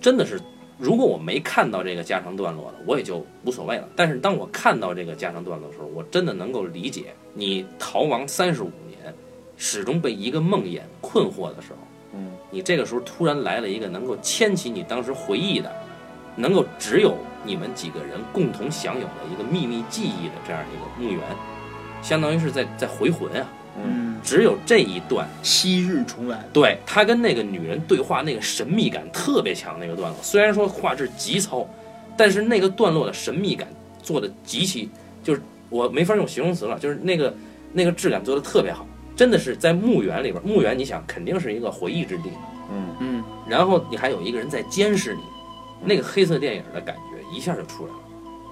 真的是，如果我没看到这个加长段落了，我也就无所谓了。但是当我看到这个加长段落的时候，我真的能够理解你逃亡三十五年，始终被一个梦魇困惑的时候。嗯你这个时候突然来了一个能够牵起你当时回忆的，能够只有你们几个人共同享有的一个秘密记忆的这样一个墓园，相当于是在在回魂啊。嗯嗯，只有这一段，昔日重来，对他跟那个女人对话那个神秘感特别强，那个段落虽然说画质极糙，但是那个段落的神秘感做的极其，就是我没法用形容词了，就是那个那个质感做的特别好，真的是在墓园里边，墓园你想肯定是一个回忆之地，嗯嗯，然后你还有一个人在监视你，那个黑色电影的感觉一下就出来了。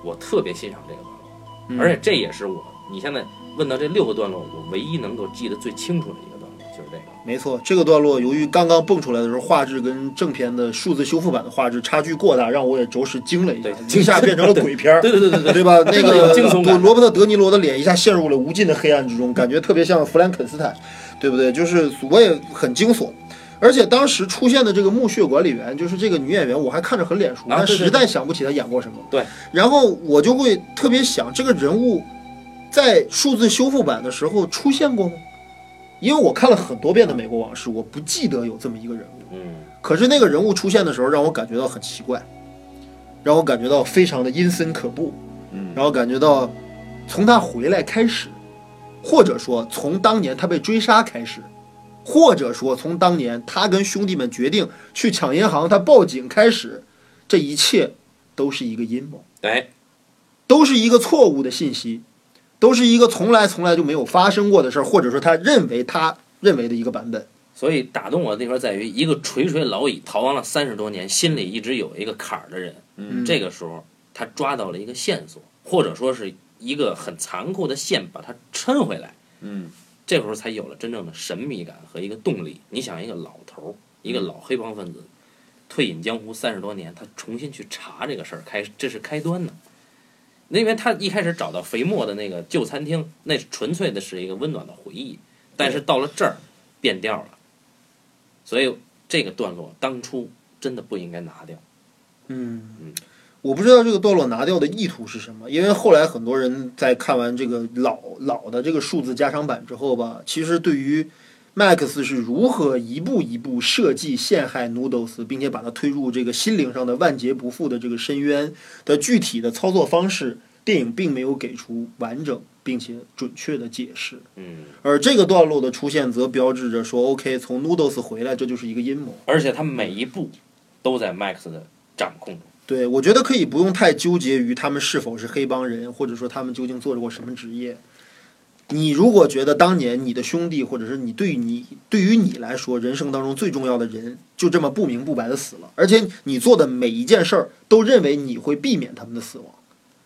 我特别欣赏这个段落，而且这也是我你现在问到这六个段落，我唯一能够记得最清楚的一个段落就是这个。没错，这个段落由于刚刚蹦出来的时候，画质跟正片的数字修复版的画质差距过大，让我也着实惊了一下，对一下变成了鬼片儿，对对对对对，对吧？那有个惊悚感罗伯特·德尼罗的脸一下陷入了无尽的黑暗之中，感觉特别像弗兰肯斯坦，对不对？就是我也很惊悚。而且当时出现的这个墓穴管理员，就是这个女演员，我还看着很脸熟，啊但对对实在想不起她演过什么。对，然后我就会特别想，这个人物在数字修复版的时候出现过吗？因为我看了很多遍的《美国往事》，我不记得有这么一个人物。嗯，可是那个人物出现的时候，让我感觉到很奇怪，让我感觉到非常的阴森可怖。嗯然后感觉到从他回来开始，或者说从当年他被追杀开始，或者说从当年他跟兄弟们决定去抢银行，他报警开始，这一切都是一个阴谋，对，都是一个错误的信息，都是一个从来从来就没有发生过的事儿，或者说他认为他认为的一个版本。所以打动我的地方在于，一个垂垂老矣、逃亡了三十多年、心里一直有一个坎儿的人，嗯这个时候他抓到了一个线索，或者说是一个很残酷的线，把他抻回来。嗯这会儿才有了真正的神秘感和一个动力。你想，一个老头儿，一个老黑帮分子，退隐江湖三十多年，他重新去查这个事儿，开这是开端呢。那因为他一开始找到肥末的那个旧餐厅，那纯粹的是一个温暖的回忆，但是到了这儿，变调了，所以这个段落当初真的不应该拿掉。嗯，我不知道这个段落拿掉的意图是什么，因为后来很多人在看完这个老老的这个数字加长版之后吧，其实对于 Max 是如何一步一步设计陷害 Noodles，并且把他推入这个心灵上的万劫不复的这个深渊的具体的操作方式，电影并没有给出完整并且准确的解释。嗯，而这个段落的出现，则标志着说，OK，从 Noodles 回来，这就是一个阴谋。而且他每一步都在 Max 的掌控中。对，我觉得可以不用太纠结于他们是否是黑帮人，或者说他们究竟做过什么职业。你如果觉得当年你的兄弟，或者是你对你对于你来说，人生当中最重要的人就这么不明不白的死了，而且你做的每一件事儿都认为你会避免他们的死亡，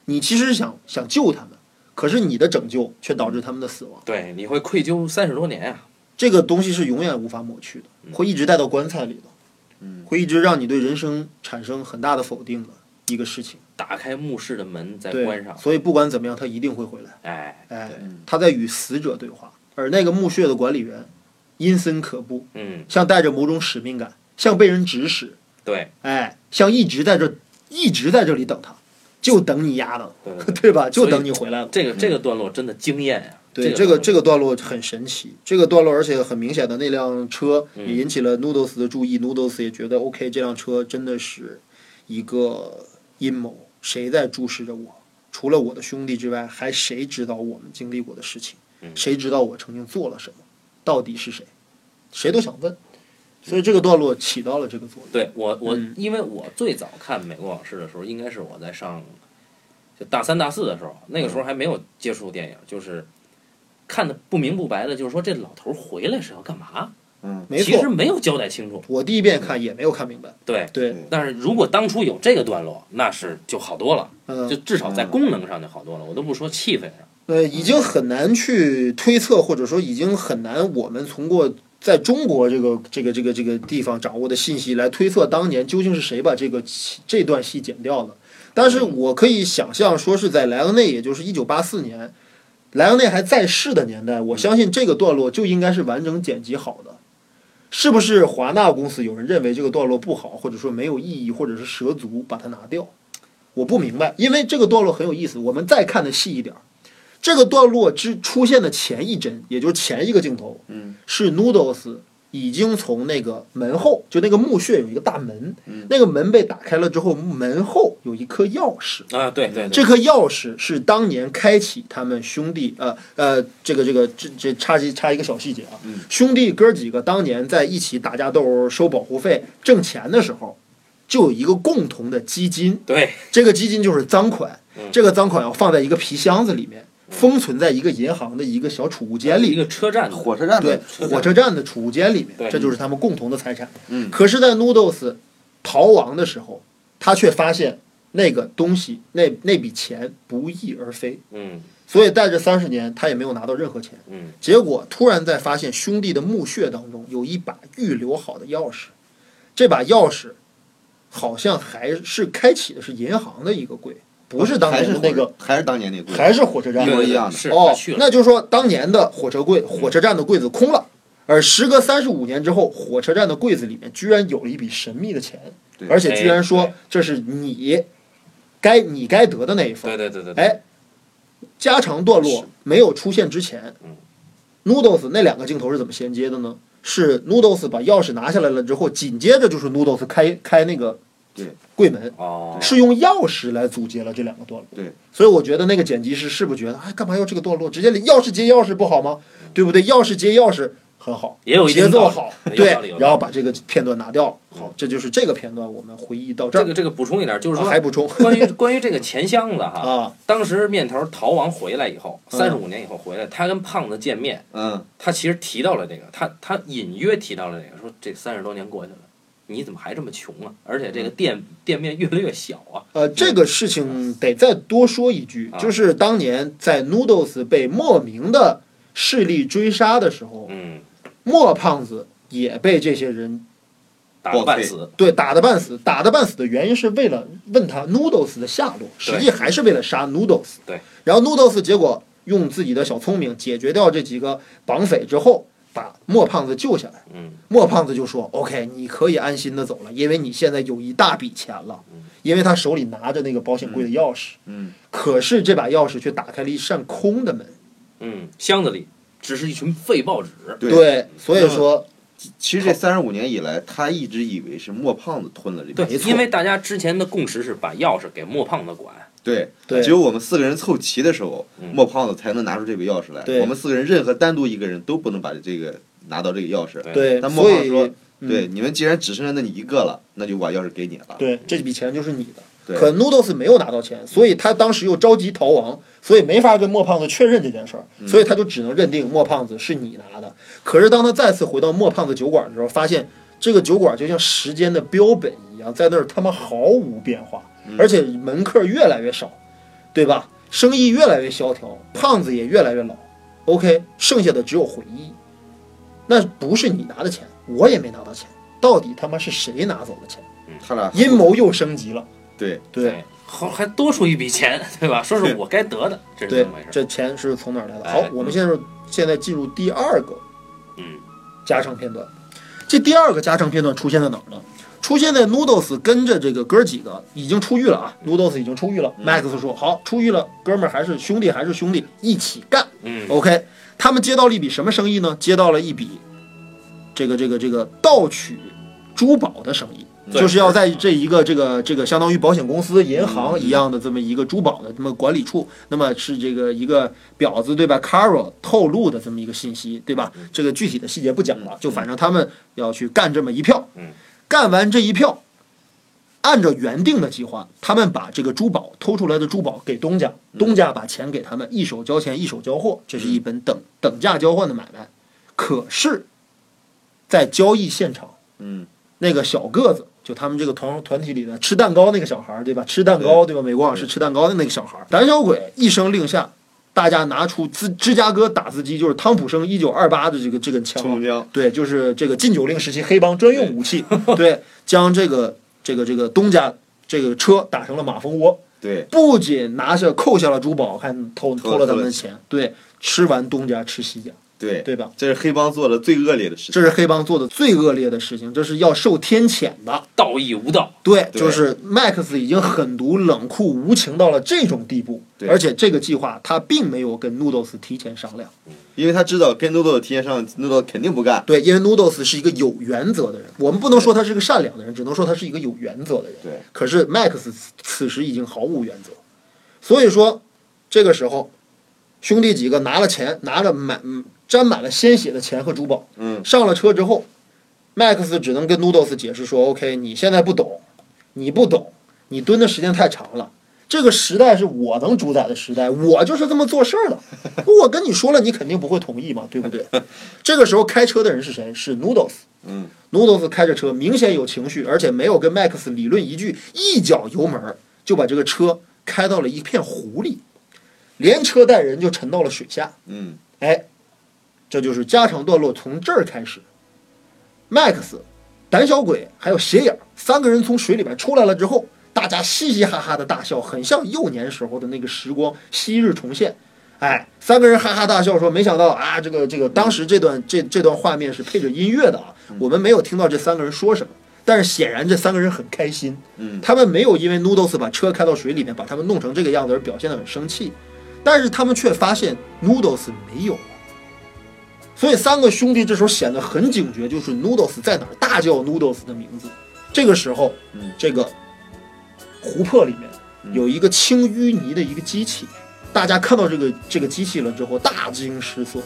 你其实想想救他们，可是你的拯救却导致他们的死亡。对，你会愧疚三十多年啊。这个东西是永远无法抹去的，会一直带到棺材里的，嗯，会一直让你对人生产生很大的否定的一个事情。打开墓室的门再对关上，所以不管怎么样，他一定会回来。哎，哎对，他在与死者对话，而那个墓穴的管理员阴森可怖，嗯，像带着某种使命感，像被人指使，对哎，像一直在这一直在这里等他，就等你丫的，对对对， 对吧？就所以等你回来了。这个这个段落真的惊艳啊！嗯对这这个段落这个段落很神奇，这个段落而且很明显的那辆车嗯也引起了 Noodles 的注意、n o o d l e s 也觉得 OK，这辆车真的是一个阴谋，谁在注视着我？除了我的兄弟之外，还谁知道我们经历过的事情？嗯谁知道我曾经做了什么？到底是谁？谁都想问，所以这个段落起到了这个作用。对我我、嗯因为我最早看《美国往事》的时候，应该是我在上就大三大四的时候，那个时候还没有接触电影，嗯就是看的不明不白的，就是说这老头回来是要干嘛？嗯，没其实错，没有交代清楚。我第一遍看也没有看明白。对，对，但是如果当初有这个段落，那是就好多了，嗯，就至少在功能上就好多了。我都不说气氛上，呃，已经很难去推测，或者说已经很难，我们通过在中国这个这个这个这个地方掌握的信息来推测当年究竟是谁把这个这段戏剪掉的。但是我可以想象，说是在莱昂内，也就是一九八四年，莱昂内还在世的年代，我相信这个段落就应该是完整剪辑好的。是不是华纳公司有人认为这个段落不好，或者说没有意义，或者是蛇足把它拿掉？我不明白，因为这个段落很有意思。我们再看的细一点儿，这个段落之出现的前一帧，也就是前一个镜头，嗯，是 Noodles 已经从那个门后，就那个墓穴有一个大门，嗯那个门被打开了之后，门后有一颗钥匙。啊，对对对，这颗钥匙是当年开启他们兄弟，呃呃，这个这个这这插一插一个小细节啊，嗯兄弟哥几个当年在一起打架斗殴、收保护费、挣钱的时候，就有一个共同的基金，对这个基金就是赃款嗯，这个赃款要放在一个皮箱子里面，封存在一个银行的一个小储物间一里。个车站的火车站对的，火车站的储物间里面对，这就是他们共同的财产。嗯可是，在 Noodles 逃亡的时候，他却发现那个东西，那那笔钱不翼而飞，嗯所以带着三十年，他也没有拿到任何钱。嗯结果突然在发现兄弟的墓穴当中有一把预留好的钥匙，这把钥匙好像还是开启的是银行的一个柜，不是当还年是的那个，还是当年那个，还是火车站一的模对一样的是他哦去，了，那就是说当年的火车柜，火车站的柜子空了，而时隔三十五年之后，火车站的柜子里面居然有了一笔神秘的钱，对而且居然说哎这是你该你该得的那一份对。对对对对，哎，加长段落没有出现之前嗯，Noodles 那两个镜头是怎么衔接的呢？是 Noodles 把钥匙拿下来了之后，紧接着就是 Noodles 开开那个对柜门，哦，是用钥匙来组接了这两个段落。对，所以我觉得那个剪辑师是不是觉得，哎，干嘛要这个段落？直接钥匙接钥匙不好吗？嗯对不对？钥匙接钥匙很好，也有一定节奏道理好，有对道理有道，理然后把这个片段拿掉了。嗯好，这就是这个片段，我们回忆到这这儿。个这个补充一点，就是啊说还补充 关于关于这个钱箱子哈，啊，当时面条逃亡回来以后，嗯三十五年以后回来，他跟胖子见面，嗯，他其实提到了这个，他他隐约提到了这个，说这三十多年过去了，你怎么还这么穷啊？而且这嗯个店店面越来越小啊。呃，这个事情得再多说一句啊，就是当年在 Noodles 被莫名的势力追杀的时候，嗯，莫胖子也被这些人打个半死。对打得半死，打得半死的原因是为了问他 Noodles 的下落，实际还是为了杀 Noodles。对，然后 Noodles 结果用自己的小聪明解决掉这几个绑匪之后，把莫胖子救下来。嗯，莫胖子就说：“OK，你可以安心的走了，因为你现在有一大笔钱了，嗯因为他手里拿着那个保险柜的钥匙。嗯，可是这把钥匙却打开了一扇空的门。嗯，箱子里只是一群废报纸。对所以说其实这三十五年以来，他一直以为是莫胖子吞了这对笔钱，因为大家之前的共识是把钥匙给莫胖子管。对对只有我们四个人凑齐的时候，嗯莫胖子才能拿出这个钥匙来。对我们四个人任何单独一个人都不能把这个拿到这个钥匙。对，但莫所胖子以说：“嗯对，你们既然只剩下那你一个了，那就把钥匙给你了。对，这笔钱就是你的。”对可 Noodles 没有拿到钱，所以他当时又着急逃亡，所以没法跟莫胖子确认这件事儿，所以他就只能认定莫胖子是你拿的。可是当他再次回到莫胖子酒馆的时候，发现这个酒馆就像时间的标本一样，在那儿他妈毫无变化，而且门客越来越少，对吧？生意越来越萧条，胖子也越来越老。OK，剩下的只有回忆，那不是你拿的钱，我也没拿到钱，到底他妈是谁拿走的钱？他俩阴谋又升级了，对对。哎，好还多出一笔钱，对吧？说是我该得的，这是对怎么回，事？这钱是从哪儿来的？哎好，我们现在是现在进入第二个嗯加长片段。这第二个加长片段出现在哪儿呢？出现在 Noodles 跟着这个哥几个已经出狱了啊，Noodles 嗯已经出狱了。Max 说：“好，出狱了，哥们儿还是兄弟，还是兄弟，一起干。嗯 OK，他们接到了一笔什么生意呢？接到了一笔这个这个这个盗取珠宝的生意，对就是要在这一个这个这个相当于保险公司、银行一样的这么一个珠宝的这么管理处，那么是这个一个婊子对吧？Caro 透露的这么一个信息对嗯吧？这个具体的细节不讲了，就反正他们要去干这么一票嗯，干完这一票。按照原定的计划，他们把这个珠宝偷出来的珠宝给东家，东家把钱给他们，一手交钱一手交货，这是一本等等价交换的买卖。可是，在交易现场，嗯，那个小个子，就他们这个团团体里的吃蛋糕那个小孩儿，对吧？吃蛋糕，对吧？美国往事吃蛋糕的那个小孩儿，胆小鬼一声令下，大家拿出芝芝加哥打字机，就是汤普生一九二八的这个这根枪啊，冲江对，就是这个禁酒令时期黑帮专用武器，对，将这个这个这个东家这个车打成了马蜂窝，对不仅拿下扣下了珠宝，还偷偷偷了他偷们了的钱，对，吃完东家吃西家，对，对吧？这是黑帮做的最恶劣的事情。这是黑帮做的最恶劣的事情，这是要受天谴的。道义无道，对，对就是 Max 已经狠毒、冷酷、无情到了这种地步，对而且这个计划他并没有跟 Noodles 提前商量。因为他知道跟 Noodle 提前上，Noodle 肯定不干。对，因为 Noodles 是一个有原则的人，我们不能说他是个善良的人，只能说他是一个有原则的人。对，可是 Max 此时已经毫无原则，所以说这个时候，兄弟几个拿了钱，拿着满嗯沾满了鲜血的钱和珠宝，嗯，上了车之后，Max 只能跟 Noodles 解释说：“OK，你现在不懂，你不懂，你蹲的时间太长了。这个时代是我能主宰的时代，我就是这么做事儿的。我跟你说了，你肯定不会同意嘛，对不对？”这个时候开车的人是谁？是 Noodles。嗯，Noodles 开着车明显有情绪，而且没有跟 Max 理论一句，一脚油门儿就把这个车开到了一片湖里，连车带人就沉到了水下。嗯，哎，这就是家常段落从这儿开始。Max、胆小鬼还有斜眼儿三个人从水里边出来了之后，大家嘻嘻哈哈的大笑，很像幼年时候的那个时光昔日重现。哎，三个人哈哈大笑说：“没想到啊，这个这个，当时这段这这段画面是配着音乐的啊，我们没有听到这三个人说什么，但是显然这三个人很开心。嗯他们没有因为 Noodles 把车开到水里面，把他们弄成这个样子而表现得很生气，但是他们却发现 Noodles 没有了。所以三个兄弟这时候显得很警觉，就是 Noodles 在哪儿大叫 Noodles 的名字。这个时候，嗯这个湖泊里面有一个清淤泥的一个机器，大家看到这个这个机器了之后大惊失色，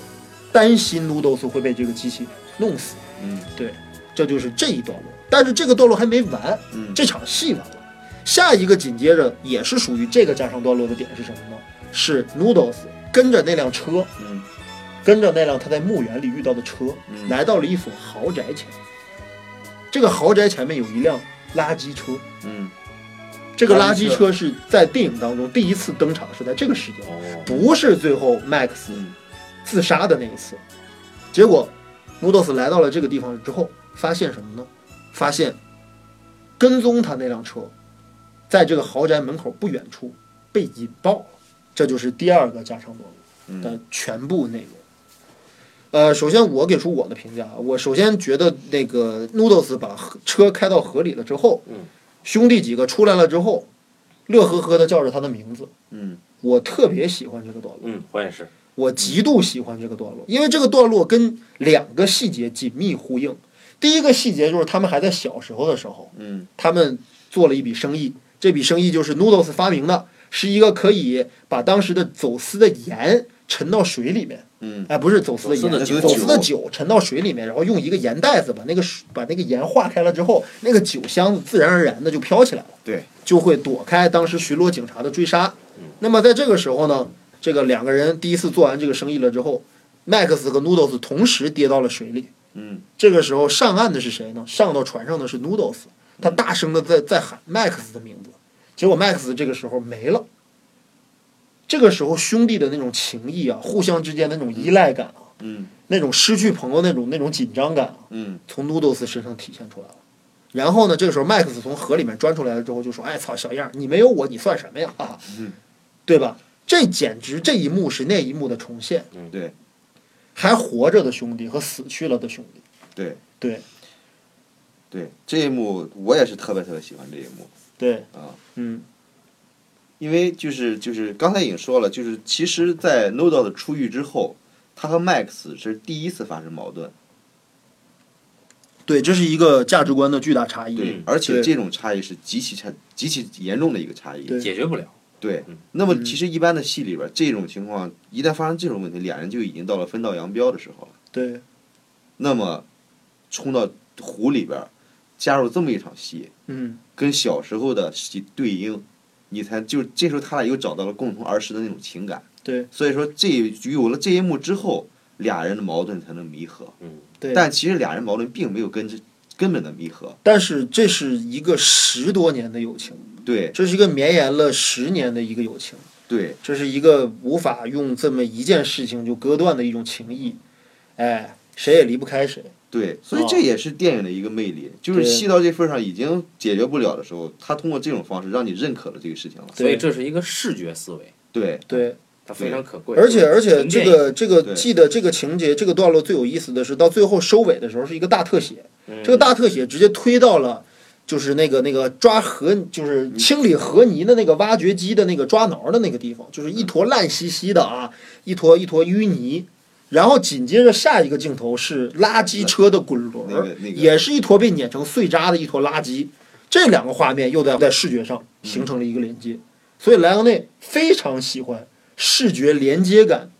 担心 Noodles 会被这个机器弄死。嗯，对，这就是这一段落。但是这个段落还没完，嗯这场戏完了，下一个紧接着也是属于这个加上段落的点是什么呢？是 Noodles 跟着那辆车，嗯，跟着那辆他在墓园里遇到的车，嗯来到了一所豪宅前。这个豪宅前面有一辆垃圾车，嗯，这个垃垃圾圾车车是在电影当中第一次登场，是在这个时间，哦，不是最后 Max 嗯自杀的那一次。结果，努多斯来到了这个地方之后，发现什么呢？发现跟踪他那辆车，在这个豪宅门口不远处被嗯引爆了。这就是第二个加长段落的全部内容。呃，首先我给出我的评价，啊我首先觉得那个 Noodles 把车开到河里了之后，嗯兄弟几个出来了之后，乐呵呵的叫着他的名字，嗯我特别喜欢这个段落，嗯，我也是，我极度喜欢这个段落，因为这个段落跟两个细节紧密呼应。第一个细节就是他们还在小时候的时候，嗯他们做了一笔生意，这笔生意就是 Noodles 发明的，是一个可以把当时的走私的盐沉到水里面，嗯哎，不是走私的走私的盐，酒走私的酒沉到水里面，然后用一个盐袋子把那个水把那个盐化开了之后，那个酒箱子自然而然的就飘起来了，对，就会躲开当时巡逻警察的追杀嗯。那么在这个时候呢，这个两个人第一次做完这个生意了之后，Max 和 Noodles 同时跌到了水里。嗯这个时候上岸的是谁呢？上到船上的是 Noodles，他大声的在在喊 Max 的名字，结果 Max 这个时候没了。这个时候兄弟的那种情谊啊，互相之间的那种依赖感啊，嗯那种失去朋友那种那种紧张感啊，嗯从 Noodles 身上体现出来了。然后呢，这个时候 Max 从河里面钻出来了之后就说：“哎操，小样儿，你没有我，你算什么呀？”哈哈嗯，对吧？这简直这一幕是那一幕的重现。嗯对，还活着的兄弟和死去了的兄弟。对对对，这一幕我也是特别特别喜欢这一幕对，啊。嗯因为就是就是刚才已经说了，就是其实，在 Noodle 出狱之后，他和 Max 是第一次发生矛盾，嗯对，这是一个价值观的巨大差异。对嗯而且对这种差异是极其差、极其严重的一个差异。对解决不了。对嗯，那么嗯其实一般的戏里边，这种情况一旦发生这种问题，俩人就已经到了分道扬镳的时候了。对那么冲到湖里边，加入这么一场戏，嗯，跟小时候的戏对应，你才就这时候他俩又找到了共同儿时的那种情感。对所以说这有了这一幕之后，俩人的矛盾才能弥合。嗯，对。但其实俩人矛盾并没有根治根本的弥合。但是这是一个十多年的友情，对这是一个绵延了十年的一个友情，对这是一个无法用这么一件事情就割断的一种情谊，哎，谁也离不开谁。对，所以这也是电影的一个魅力，就是哦对戏到这份上已经解决不了的时候，他通过这种方式让你认可了这个事情了。所以这是一个视觉思维，对对，它非常可贵。嗯而且而且沉这淀个这个对记得这个情节这个段落最有意思的是，到最后收尾的时候是一个大特写，嗯这个大特写直接推到了。就是那个那个抓河，就是嗯清理河泥的那个挖掘机的那个抓挠的那个地方，就是嗯一坨烂兮兮的啊，一坨一坨淤泥。然后紧接着下一个镜头是垃圾车的滚轮那儿个，那个也是一坨被碾成碎渣的一坨垃圾。这两个画面又在在视觉上嗯形成了一个连接，所以莱昂内非常喜欢视觉连接感，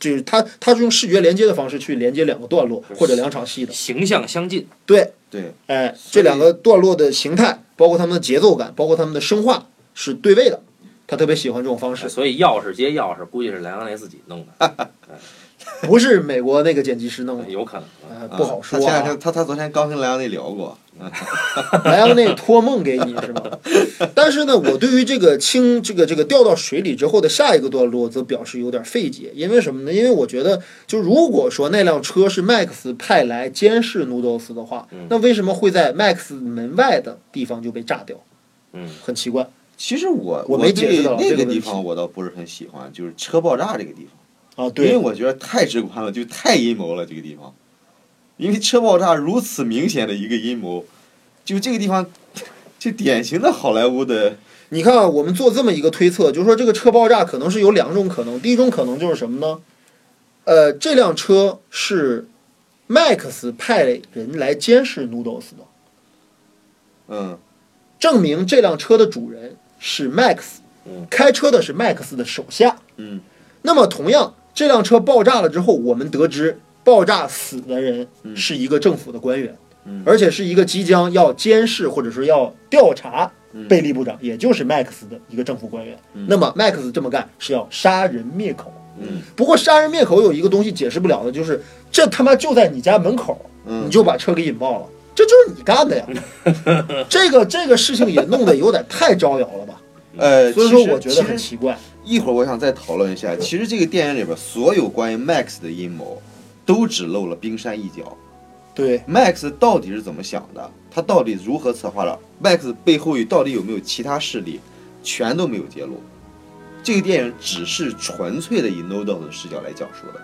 就是他他是用视觉连接的方式去连接两个段落或者两场戏的。形象相近，对，对哎，所这以两个段落的形态，包括他们的节奏感，包括他们的声画是对位的。他特别喜欢这种方式，所以钥匙接钥匙，估计是莱昂内自己弄啊的，不是美国那个剪辑师弄的，有可能啊。呃，啊不好说他前两啊天。他他昨天刚跟莱昂内聊过，莱昂内托梦给你是吗？ 但是呢，我对于这个轻这个这个掉到水里之后的下一个段落，则表示有点费解，因为什么呢？因为我觉得，就如果说那辆车是 Max 派来监视 Noodles 的话，那为什么会在 Max 门外的地方就被炸掉？嗯，很奇怪其实我我没解对释到那这个个问地题方我倒不是很喜欢，就是车爆炸这个地方。啊。因为对，我觉得太直观了，就太阴谋了这个地方。因为车爆炸如此明显的一个阴谋，就这个地方，就典型的好莱坞的你看啊，我们做这么一个推测，就是说这个车爆炸可能是有两种可能，第一种可能就是什么呢？呃，这辆车是 Max 派人来监视 Noodles 的。嗯证明这辆车的主人是 Max，嗯开车的是 Max 的手下。嗯那么同样，这辆车爆炸了之后，我们得知爆炸死的人是一个政府的官员，嗯而且是一个即将要监视或者是要调查嗯贝利部长，也就是 Max 的一个政府官员。那么 Max 这么干是要杀人灭口。嗯不过杀人灭口有一个东西解释不了的，就是这他妈就在你家门口，嗯你就把车给引爆了，这就是你干 的呀。这个这个事情也弄得有点太招摇了吧？呃，所以其说实我觉得很其实奇怪。一会儿我想再讨论一下，其实这个电影里边所有关于 Max 的阴谋，都只露了冰山一角。对 Max 到底是怎么想的？他到底如何策划的？Max 背后有到底有没有其他势力？全都没有揭露。这个电影只是纯粹的以 No d o 的视角来讲述的，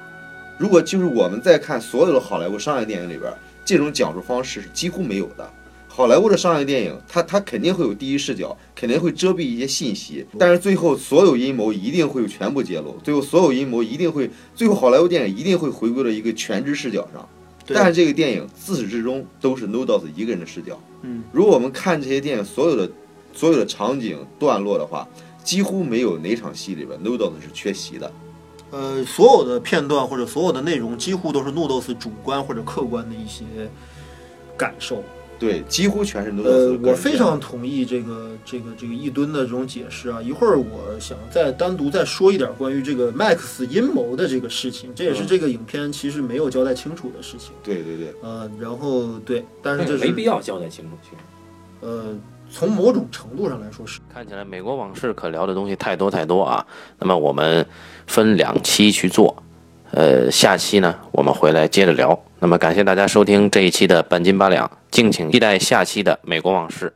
如果就是我们在看所有的好莱坞商业电影里边，这种讲述方式是几乎没有的。好莱坞的商业电影，它它肯定会有第一视角，肯定会遮蔽一些信息，但是最后所有阴谋一定会全部揭露，最后所有阴谋一定会，最后好莱坞电影一定会回归到一个全知视角上。对但是这个电影自始至终都是 No d o t 一个人的视角。嗯，如果我们看这些电影所有的所有的场景段落的话，几乎没有哪场戏里边 No d o t 是缺席的。呃，所有的片段或者所有的内容，几乎都是 Noodles 主观或者客观的一些感受。对，几乎全是 No d o 呃 t，我非常同意这个这个这个一吨的这种解释啊。一会儿我想再单独再说一点关于这个 Max 阴谋的这个事情，这也是这个影片其实没有交代清楚的事情。对对对，呃，然后对，但是但这是是嗯没必要交代清楚。其实呃，从某种程度上来说是看起来美国往事可聊的东西太多太多啊，那么我们分两期去做，呃，下期呢我们回来接着聊。那么感谢大家收听这一期的半斤八两，敬请期待下期的美国往事。